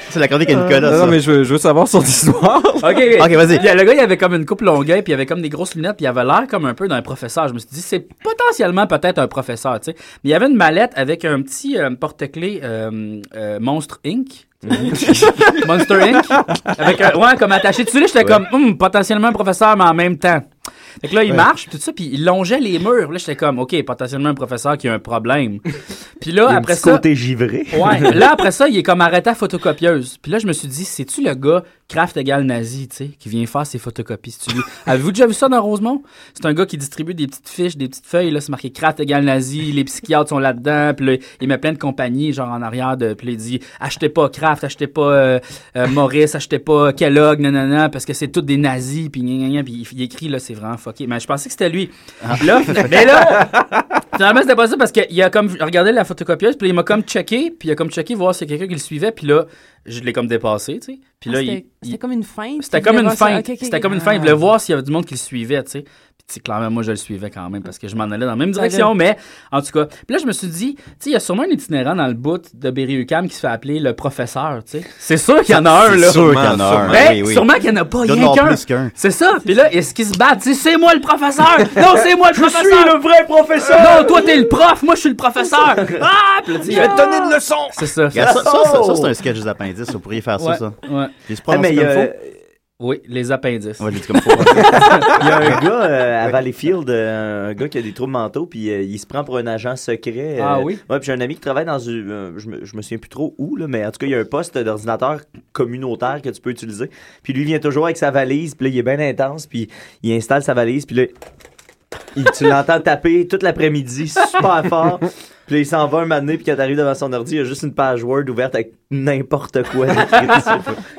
S4: C'est la chronique à
S5: Euh, non,
S4: Nicolas.
S5: non,
S4: ça.
S5: mais je veux, je veux savoir son histoire.
S9: OK,
S4: Ok, vas-y.
S9: Il y a- Le gars, il avait comme une coupe longueuil, puis il avait comme des grosses lunettes, puis il avait l'air comme un peu d'un professeur. Je me suis dit, c'est potentiellement peut-être un professeur, tu sais. Mais il y avait une mallette avec un petit euh, porte-clés euh, euh, Monstre Inc. Monster Inc. Avec un, ouais, comme attaché dessus, là, j'étais comme, Hum, potentiellement un professeur, mais en même temps. Fait que là, il
S7: Ouais.
S9: marche, puis tout ça, puis il longeait les murs. Là, j'étais comme, OK, potentiellement un professeur qui a un problème. Puis là,
S7: Il y a un
S9: après
S7: petit
S9: ça.
S7: côté givré.
S9: Ouais, là, après ça, il est comme arrêté à photocopieuse. Puis là, je me suis dit, c'est-tu le gars Kraft égal nazi, tu sais, qui vient faire ses photocopies? C'est-tu lui? Avez-vous déjà vu ça dans Rosemont? C'est un gars qui distribue des petites fiches, des petites feuilles, là, c'est marqué Kraft égal nazi, les psychiatres sont là-dedans, puis là, il met plein de compagnies, genre en arrière, de, puis là, il dit, achetez pas Kraft, achetez pas euh, euh, Maurice, achetez pas Kellogg, nanana, parce que c'est tous des nazis, puis gna, gna, gna, puis il, il écrit, là, c'est vraiment fucké. Mais je pensais que c'était lui. Là, mais là, Finalement, c'était pas ça parce qu'il a comme regardé la photocopieuse, puis il m'a comme checké, puis il a comme checké voir si c'est quelqu'un qui le suivait, puis là, je l'ai comme dépassé, tu sais. Puis là,
S8: Ah,
S9: il-
S8: c'était-
S9: il-
S8: c'était comme une feinte,
S9: C'était
S8: il
S9: comme
S8: voulait
S9: une
S8: voir ça.
S9: feinte.
S8: Ok, ok,
S9: C'était comme une
S8: ah.
S9: feinte. Il voulait voir s'il y avait du monde qui le suivait, tu sais. Puis, tu sais, clairement, moi, je le suivais quand même parce que je m'en allais dans la même
S7: Ça
S9: direction,
S7: avait-
S9: mais en tout cas. Puis là, je me suis dit, tu sais, il y a sûrement un itinérant dans le bout de Berry-UQAM qui se fait appeler le professeur, tu sais. C'est sûr qu'il y en a un,
S4: C'est
S9: là.
S4: sûr qu'il y en a un,
S9: Ben,
S4: oui, oui.
S9: Sûrement qu'il y en a pas. Il
S4: Il y en a plus
S9: y en
S4: qu'un.
S9: a C'est ça. Puis là, est-ce qu'ils se battent? Tu sais, C'est moi le professeur! Non, c'est moi le
S7: Je
S9: professeur!
S7: suis le vrai professeur!
S9: Non, toi, t'es le prof, moi, je suis le professeur! Ah! Puis là, tu sais,
S7: Je vais te donner une leçon!
S9: C'est ça.
S4: Regarde, ça, ça, ça, ça, c'est un
S9: sketch.
S4: sketch des appendices, vous pourriez faire ça,
S9: Oh. Ouais,
S4: ça.
S9: ouais.
S4: Puis se
S9: Ah, mais
S4: prononcer
S9: il y
S4: comme
S9: a-
S4: faut.
S9: Oui, les appendices.
S4: Ouais, j'ai dit comme faut.
S7: Il y a un gars euh, à Valleyfield, euh, un gars qui a des troubles mentaux, puis euh, il se prend pour un agent secret. euh,
S9: Ah oui?
S7: Ouais, puis j'ai un ami qui travaille dans une. euh, je, me, je me souviens plus trop où, là, mais en tout cas, il y a un poste d'ordinateur communautaire que tu peux utiliser. Puis lui, il vient toujours avec sa valise, puis là, il est bien intense, puis il installe sa valise, puis là. il- tu l'entends taper toute l'après-midi super fort. Puis là, il s'en va un moment donné, puis quand t'arrives devant son ordi, il y a juste une page Word ouverte avec n'importe quoi. écrit dessus.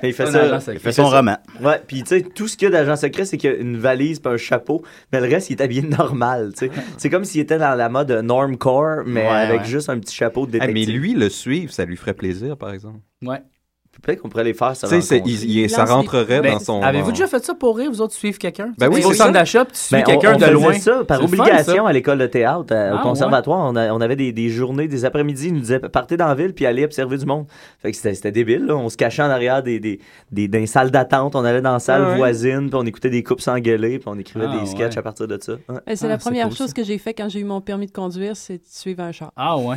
S7: il fait
S4: Un
S7: ça.
S4: agent secret. Il fait son roman.
S7: Ouais, puis tu sais, tout ce qu'il y a d'agent secret, c'est qu'il y a une valise puis un chapeau, mais le reste, il est habillé normal, tu sais. C'est comme s'il était dans la mode normcore,
S5: Ouais,
S7: mais avec
S5: ouais.
S7: juste un petit chapeau de
S5: Ah,
S7: détective.
S5: mais lui, le suivre, ça lui ferait plaisir, par exemple.
S9: Ouais.
S7: Peut-être qu'on pourrait les faire, ça.
S5: Tu sais, c'est- il- il- ça rentrerait
S9: Ben,
S5: dans son.
S9: Avez-vous déjà fait ça pour rire, vous autres, suivre quelqu'un?
S7: Ben oui,
S9: Tu vas au
S7: c'est ça.
S9: centre d'achat, puis tu suis
S7: Ben, on-
S9: quelqu'un
S7: on
S9: de
S7: faisait
S9: loin.
S7: ça par
S9: C'est le fun,
S7: obligation
S9: ça.
S7: à l'école de théâtre, à-
S9: Ah,
S7: au conservatoire. On, a- on avait des, des journées, des après-midi. Ils nous disaient partez dans la ville puis allez observer du monde. Fait que c'était c'était débile. là. On se cachait en arrière des, des, des, dans les salles d'attente. On allait dans la salle
S8: Ah ouais.
S7: voisine puis on écoutait des coupes s'engueuler puis on écrivait
S8: Ah
S7: des sketchs
S8: ouais.
S7: à partir de ça. Ouais.
S8: Euh,
S9: Ah,
S8: C'est la première chose que j'ai fait quand j'ai eu mon permis de conduire, c'est de suivre un char.
S9: Ah ouais?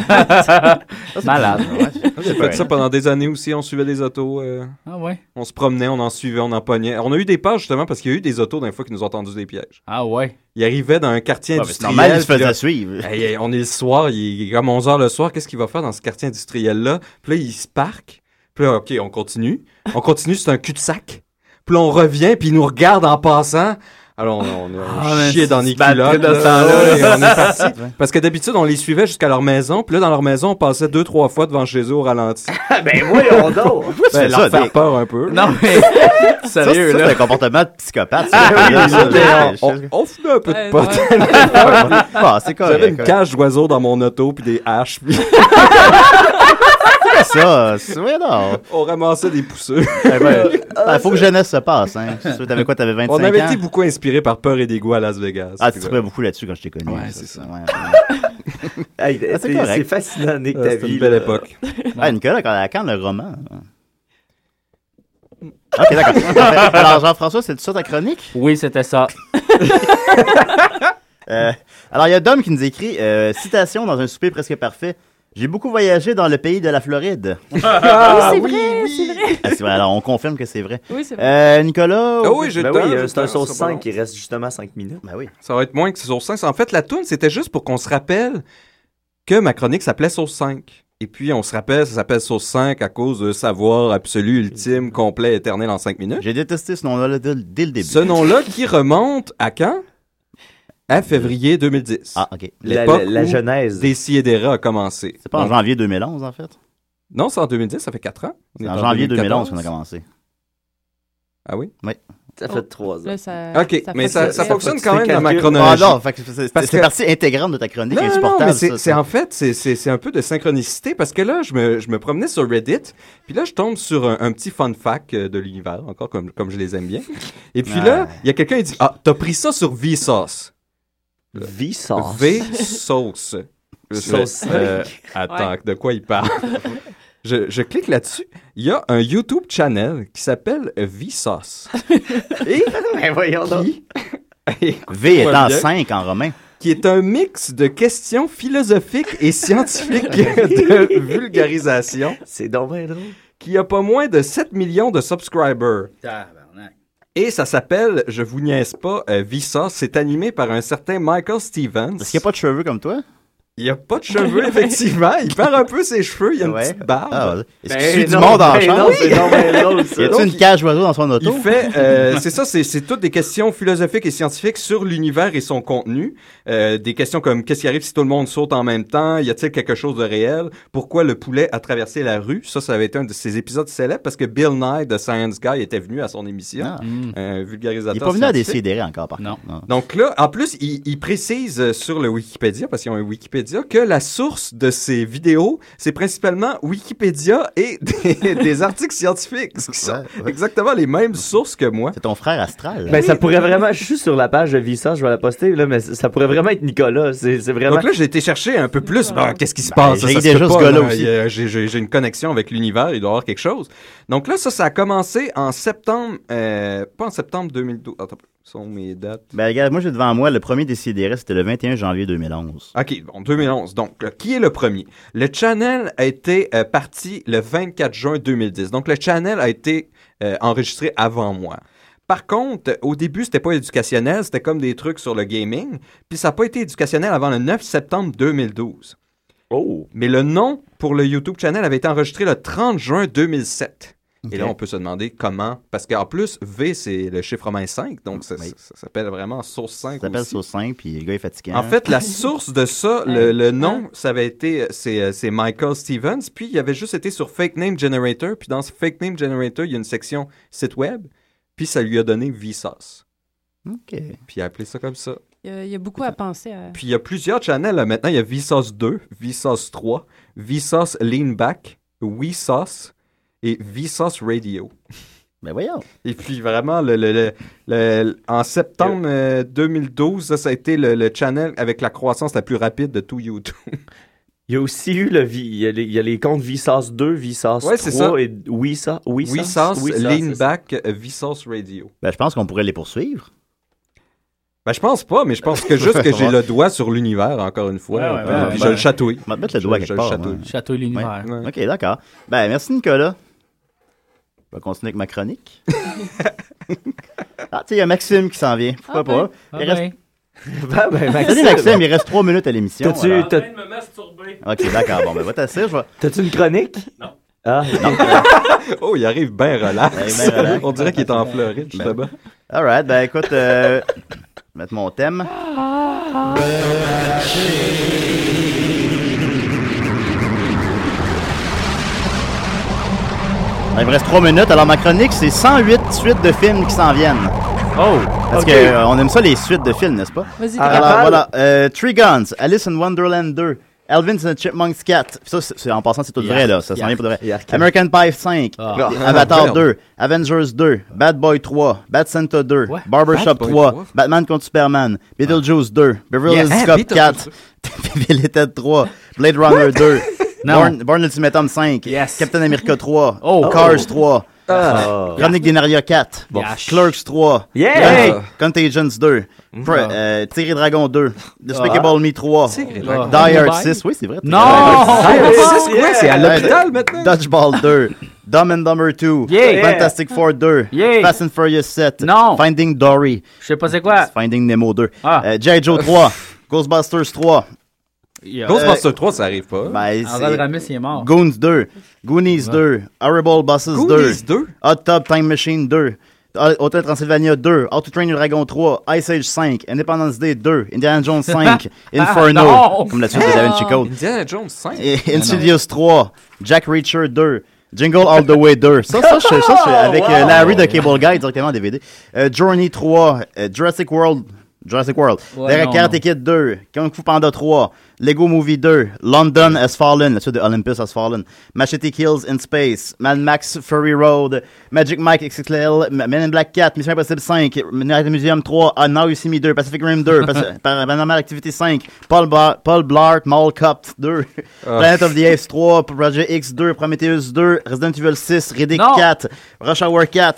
S5: Malade. J'ai
S9: Ouais.
S5: fait ça pendant des années aussi. On suivait des autos. euh,
S9: Ah ouais?
S5: On se promenait, on en suivait, on en pognait. On a eu des pages justement parce qu'il y a eu des autos d'un fois qui nous ont tendu des pièges.
S9: Ah ouais?
S5: Il arrivait dans un quartier
S4: Ouais, mais c'est
S5: industriel.
S4: normal, il se
S5: puis
S4: faisait
S5: là,
S4: suivre.
S5: Hey, hey, on est le soir, il est comme 11h le soir. Qu'est-ce qu'il va faire dans ce quartier industriel-là? Puis là, il se parque. Puis là, OK, on continue. On continue, c'est un cul-de-sac. Puis là, on revient, puis il nous regarde en passant. Alors, on, on a
S9: Ah, mais
S5: chié
S9: c'est-
S5: dans les
S9: c'est battre
S5: culottes.
S9: dans ce
S5: là,
S9: temps-là.
S5: et on est parti. Parce que d'habitude, on les suivait jusqu'à leur maison. Puis là, dans leur maison, on passait deux, trois fois devant chez eux au ralenti.
S7: ben voyons donc!
S5: Ben, leur faire peur un peu.
S9: Non, mais. Sérieux,
S4: ça,
S9: là.
S4: C'est un comportement de psychopathe.
S5: Ah, oui,
S4: ça,
S5: ça,
S4: là,
S5: on,
S4: je-
S5: on fumait un peu de
S4: Euh,
S5: pot.
S4: ouais. Ah, c'est correct,
S5: J'avais une
S4: correct.
S5: cage d'oiseaux dans mon auto puis des haches. puis
S4: C'est ça, Ah, c'est ouais, non.
S5: on ramassait des pousseux.
S4: Eh ben,
S7: Ah,
S4: ben, faut que jeunesse se passe, hein. Tu sais, T'avais quoi, t'avais 25 ans?
S5: On avait été beaucoup inspiré par Peur et Dégoût à Las Vegas.
S4: Ah, tu
S5: Puis,
S4: trouvais beaucoup là-dessus quand je t'ai connu.
S5: Ouais,
S4: c'est ça.
S7: Hey, c'est- c'est fascinant, Nick, ta vie, là.
S4: Ah, Nicolas, quand, quand le roman? hein? Ok, d'accord. Parfait. Alors, Jean-François, c'est ça ta chronique?
S9: Oui, c'était ça.
S4: Euh, alors, il y a Dom qui nous écrit euh, Citation dans un souper presque parfait. J'ai beaucoup voyagé dans le pays de la Floride.
S11: Ah,
S8: oui, c'est vrai, c'est vrai.
S4: Ah, c'est vrai, alors, on confirme que c'est vrai.
S8: Oui, c'est
S4: Euh, Nicolas.
S5: Ah oui, j'ai
S7: Ben
S5: le temps,
S7: oui,
S5: j'ai
S7: euh,
S5: le
S7: c'est un
S5: temps,
S7: sauce
S5: c'est pas
S7: 5
S5: long.
S7: qui reste justement 5 minutes.
S4: Ben oui.
S5: Ça va être moins que c'est sauce 5. En fait, la toune, c'était juste pour qu'on se rappelle que ma chronique s'appelait sauce 5. Et puis, on se rappelle, ça s'appelle sauce 5 à cause de savoir absolu, ultime, complet, éternel en 5 minutes.
S4: J'ai détesté ce nom-là dès, dès le début.
S5: Ce nom-là qui remonte à quand? À février 2010.
S4: Ah, OK.
S5: L'époque
S7: La- la- la
S5: genèse. Décidera a commencé. C'est
S4: pas en janvier 2011, en fait?
S5: Non, c'est en 2010, ça fait 4 ans. On
S4: C'est
S5: est
S4: en janvier
S5: 2014.
S4: 2011 qu'on a commencé.
S5: Ah oui?
S4: Oui.
S7: Ça fait 3 ans.
S8: Oh, Là, ça,
S5: OK, mais
S7: fait-
S5: ça, ça
S7: ça
S5: fonctionne
S7: fait-
S5: quand
S7: c'est
S5: même dans ma
S7: calcul.
S5: chronologie.
S4: Ah non, fait que c'est-
S5: Parce
S4: c'est
S5: que-
S4: partie intégrante de ta chronique,
S5: Non, non,
S4: insupportable,
S5: non, mais
S4: ça,
S5: c'est- c'est
S4: ça.
S5: en fait, c'est- c'est c'est un peu de synchronicité parce que là, je me, je me promenais sur Reddit, puis là, je tombe sur un, un petit fun fact euh, de l'univers, encore comme, comme je les aime bien. Et puis là, il y a quelqu'un qui dit Ah, t'as pris ça sur Vsauce.
S7: Vsauce.
S5: Vsauce.
S7: Sauce
S5: Euh,
S7: cinq.
S5: attends,
S7: Ouais.
S5: de quoi il parle je, je clique là-dessus. Il y a un YouTube channel qui s'appelle Vsauce. Et
S7: Ben voyons donc.
S4: V est
S5: Vois
S4: en
S5: bien.
S4: 5 en romain.
S5: qui est un mix de questions philosophiques et scientifiques de vulgarisation.
S7: C'est dommage drôle.
S5: Qui a pas moins de 7 millions de subscribers. Et ça s'appelle, je vous niaise pas, euh, Vsauce. C'est animé par un certain Michael Stevens.
S4: Est-ce qu'il n'y a pas de cheveux comme toi?
S5: Il n'y a pas de cheveux, effectivement. Il perd un peu ses cheveux, il a une petite barbe.
S4: Ah, est-ce qu'il suit du monde en chambre? Y a-tu une cage oiseau dans son auto?
S5: Il fait, euh, c'est ça, c'est, c'est toutes des questions philosophiques et scientifiques sur l'univers et son contenu. Euh, des questions comme qu'est-ce qui arrive si tout le monde saute en même temps? Y a-t-il quelque chose de réel? Pourquoi le poulet a traversé la rue? Ça, ça avait été un de ses épisodes célèbres parce que Bill Nye de Science Guy était venu à son émission, Euh,
S4: Ah.
S5: un vulgarisateur.
S4: Il n'est pas venu à
S5: scientifique.
S4: décider encore, par contre. Non.
S5: Donc là, en plus, il, il précise euh, sur le Wikipédia, parce qu'ils ont un Wikipédia, que la source de ces vidéos, c'est principalement Wikipédia et des, des articles scientifiques, ce qui sont exactement les mêmes sources que moi.
S4: C'est ton frère astral.
S7: Ben, ça pourrait vraiment, je suis sur la page de Vsauce, je vais la poster, là, mais ça pourrait vraiment être Nicolas. C'est c'est vraiment.
S5: Donc là, j'ai été chercher un peu plus.
S8: Ah.
S5: Ben, Qu'est-ce qui se passe?
S7: j'ai
S5: Ça se
S7: déjà
S5: peut
S7: ce
S5: pas,
S7: gars-là
S5: là.
S7: aussi.
S5: Il y a- J'ai j'ai- j'ai une connexion avec l'univers. Il doit y avoir quelque chose. Donc là, ça, ça a commencé en septembre. euh, pas en septembre 2012. Attends, ce sont mes dates.
S4: Ben, regarde, moi, j'ai devant moi le premier décidéré, c'était le 21 janvier 2011.
S5: OK, bon, 2011. Donc, euh, qui est le premier? Le channel a été euh, parti le 24 juin 2010. Donc, le channel a été euh, enregistré avant moi. Par contre, euh, au début, c'était pas éducationnel, c'était comme des trucs sur le gaming. Puis ça n'a pas été éducationnel avant le 9 septembre 2012.
S7: Oh!
S5: Mais le nom pour le YouTube channel avait été enregistré le 30 juin 2007. Et là,
S7: Ok.
S5: on peut se demander comment. Parce qu'en plus, V, c'est le chiffre romain 5, donc ça, ça- ça s'appelle vraiment Source 5
S4: Ça s'appelle
S5: aussi.
S4: Sauce 5, puis le gars est fatigué.
S5: En fait, la source de ça, le, le nom, ça avait été, euh, c'est euh, c'est Michael Stevens. Puis il avait juste été sur Fake Name Generator. Puis dans ce Fake Name Generator, il y a une section site web. Puis ça lui a donné Vsauce.
S4: OK.
S5: Puis il a appelé ça comme ça.
S8: Il y a- il y, a beaucoup à penser à.
S5: Puis il y a plusieurs channels. là. Maintenant, il y a Vsauce 2, Vsauce 3, Vsauce Lean Back, Vsauce et Vsauce Radio.
S4: Ben voyons.
S5: Et puis vraiment, le, le- le- le- en septembre euh, 2012, ça, ça a été le, le channel avec la croissance la plus rapide de tout YouTube.
S7: Il y a aussi eu le vi- il y a les, il y a les comptes Vsauce 2, Vsauce
S5: Ouais, c'est
S7: 3
S5: ça.
S7: et Vsauce.
S5: Vsauce, Lean
S7: Leanback.
S5: Back, euh, Vsauce Radio.
S4: Ben, je pense qu'on pourrait les poursuivre.
S5: Ben, je pense pas, mais je pense que juste que j'ai le doigt sur l'univers, encore une fois.
S4: Ouais, ouais,
S5: puis
S4: ouais, Ben,
S5: puis
S4: ouais.
S5: je le chatouille.
S4: On va te mettre le doigt
S5: Je-
S4: quelque
S5: je
S4: part. hein.
S5: chatouille.
S4: moi.
S9: Château et l'univers.
S4: Ouais. OK, d'accord. Ben, merci, Nicolas. On va continuer avec ma chronique. ah, tu sais, il y a Maxime qui s'en vient. Pourquoi
S9: Ah ben.
S4: pas?
S9: Ah
S4: Il reste...
S7: Ben, ben, Maxime.
S4: Salut, Maxime. Il reste trois minutes à l'émission.
S7: T'as-tu-
S4: alors.
S7: t'as-
S4: OK, d'accord. Bon, ben, va t'asseoir. Je vais...
S7: T'as-tu une chronique? Non. Ah,
S5: oh, il arrive bien relax.
S4: Ben, ben relax.
S5: On dirait qu'il est en Floride, justement.
S4: Alright, ben écoute, euh, je vais mettre mon thème. Ah, Il me reste 3 minutes. Alors, ma chronique, c'est 108 suites de films qui s'en viennent.
S7: Oh!
S4: Parce
S7: ok.
S4: que qu'on aime ça, les suites de films, n'est-ce pas?
S7: Vas-y,
S4: Alors,
S7: Grégoire.
S4: voilà. euh, Three Guns, Alice in Wonderland 2, Elvin and the Chipmunks 4. Ça, c'est c'est- en passant, c'est tout vrai, là. Ça s'en vient pour de vrai. American Pie 5,
S7: Ah.
S4: Avatar
S7: Merde.
S4: 2, Avengers 2, Bad Boy 3, Bad Santa 2, Barbershop
S7: Bad Boy Ah.
S4: 3, Batman contre Superman, Beetlejuice 2, Beverly
S7: Yeah,
S4: Hills
S7: hein,
S4: Cop
S7: Beetlejuice.
S4: 4, Billy Ted 3, Blade Runner 2,
S7: Non.
S4: Born, Born Ultimatum 5, Captain America 3,
S7: Oh.
S4: Cars 3,
S7: Ah.
S4: Chronique d'Inaria 4,
S7: Bon.
S4: Clerks 3,
S7: Yeah.
S4: Con- Contagions 2, Pre-
S7: Ah.
S4: euh, Tigre et Dragon 2, Despicable
S7: Ah.
S4: Me 3,
S7: Tigre et
S4: Die
S7: Dragon.
S4: Hard
S7: Bye.
S4: 6, oui c'est vrai.
S7: Non.
S4: Die Hard 6,
S7: Die Hard 6, quoi, c'est à
S4: Yeah.
S7: l'hôpital, maintenant?
S4: Dodgeball 2, Dumb and Dumber 2,
S9: Yeah.
S4: Fantastic Four 2, Fast and Furious 7, Finding Dory,
S9: Je sais pas c'est quoi.
S4: Finding Nemo 2,
S9: Ah.
S4: euh, G.I. Joe 3, Ghostbusters 3, Euh,
S5: Ghostbusters 3, ça arrive pas.
S4: Ben,
S9: Harold
S4: c'est-
S9: Ramis, il est mort.
S4: Goons 2, Goonies 2, Horrible Bosses
S9: Goonies
S4: 2, Hot Top Time Machine 2, Ho- Hotel Transylvania 2, How to Train Your Dragon 3, Ice Age 5, Independence Day 2, Indiana Jones 5, Inferno,
S5: Non.
S4: comme la suite de Da Vinci Code,
S5: Indiana Jones 5.
S4: et Insidious 3, Jack Reacher 2, Jingle All the Way 2. Ça, ça, je, ça, je- avec euh,
S7: Wow.
S4: Larry de Cable Guy directement en DVD. Euh, Journey 3, euh, Jurassic World. Jurassic World.
S7: Ouais,
S4: Derek
S7: non,
S4: Karate Kid 2, Kung Fu Panda 3, Lego Movie 2, London Has Fallen, la suite de Olympus Has Fallen, Machete Kills in Space, Mad Max Furry Road, Magic Mike XXL, M- Men in Black 4, Mission Impossible 5, Night Museum 3, Ah, Now You See Me 2, Pacific Rim 2, Pas- Paranormal Activity 5, Paul, Ba- Paul Blart Mall Cop 2,
S7: Ah.
S4: Planet of the Apes 3, Project X 2, Prometheus 2, Resident Evil 6, Riddick 4, Rush Hour 4,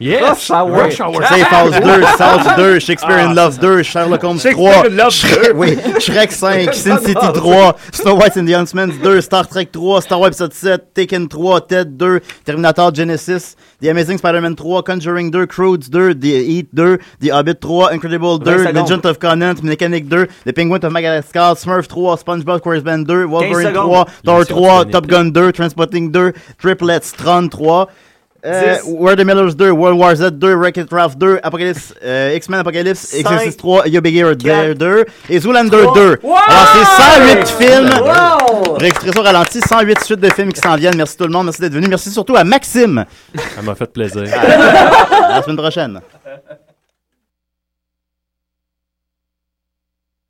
S7: Yes! Rush Hour. Rush Hour.
S4: Safe House 2, South 2, Shakespeare
S7: Ah,
S4: in Love 2, Sherlock Holmes 3,
S7: Shakespeare in Love
S4: Shrek,
S7: 2.
S4: oui, Shrek 5, Sin City
S7: J'adore.
S4: 3, Snow White and the Huntsman 2, Star Trek 3, Star Wars Episode 7, Taken 3, Ted 2, Terminator Genesis, The Amazing Spider-Man 3, Conjuring 2, Croods 2, The Heat 2, The Hobbit 3, Incredible 2,
S7: secondes.
S4: Legend of Conan, Mechanic 2, The Penguin of Madagascar, Smurf 3, SpongeBob SquarePants 2, Wolverine 3,
S7: secondes.
S4: Thor
S7: L'émission
S4: 3,
S7: disponible.
S4: Top Gun 2, Transpotting 2, Triplets 33, euh,
S7: Dix.
S4: Where the Millers 2, World War Z 2, Wreck-It Ralph 2, Apocalypse, euh, X-Men Apocalypse,
S7: Cinq.
S4: Exorcist 3, Yo Big Hero 2 et Zoolander
S7: Trois.
S4: 2.
S7: Wow!
S4: Alors, c'est 108 films.
S7: Wow!
S4: Réexpression ralentie, 108 suites de films qui s'en viennent. Merci tout le monde, merci d'être venu. Merci surtout à Maxime.
S16: Ça m'a fait plaisir.
S4: À la semaine prochaine.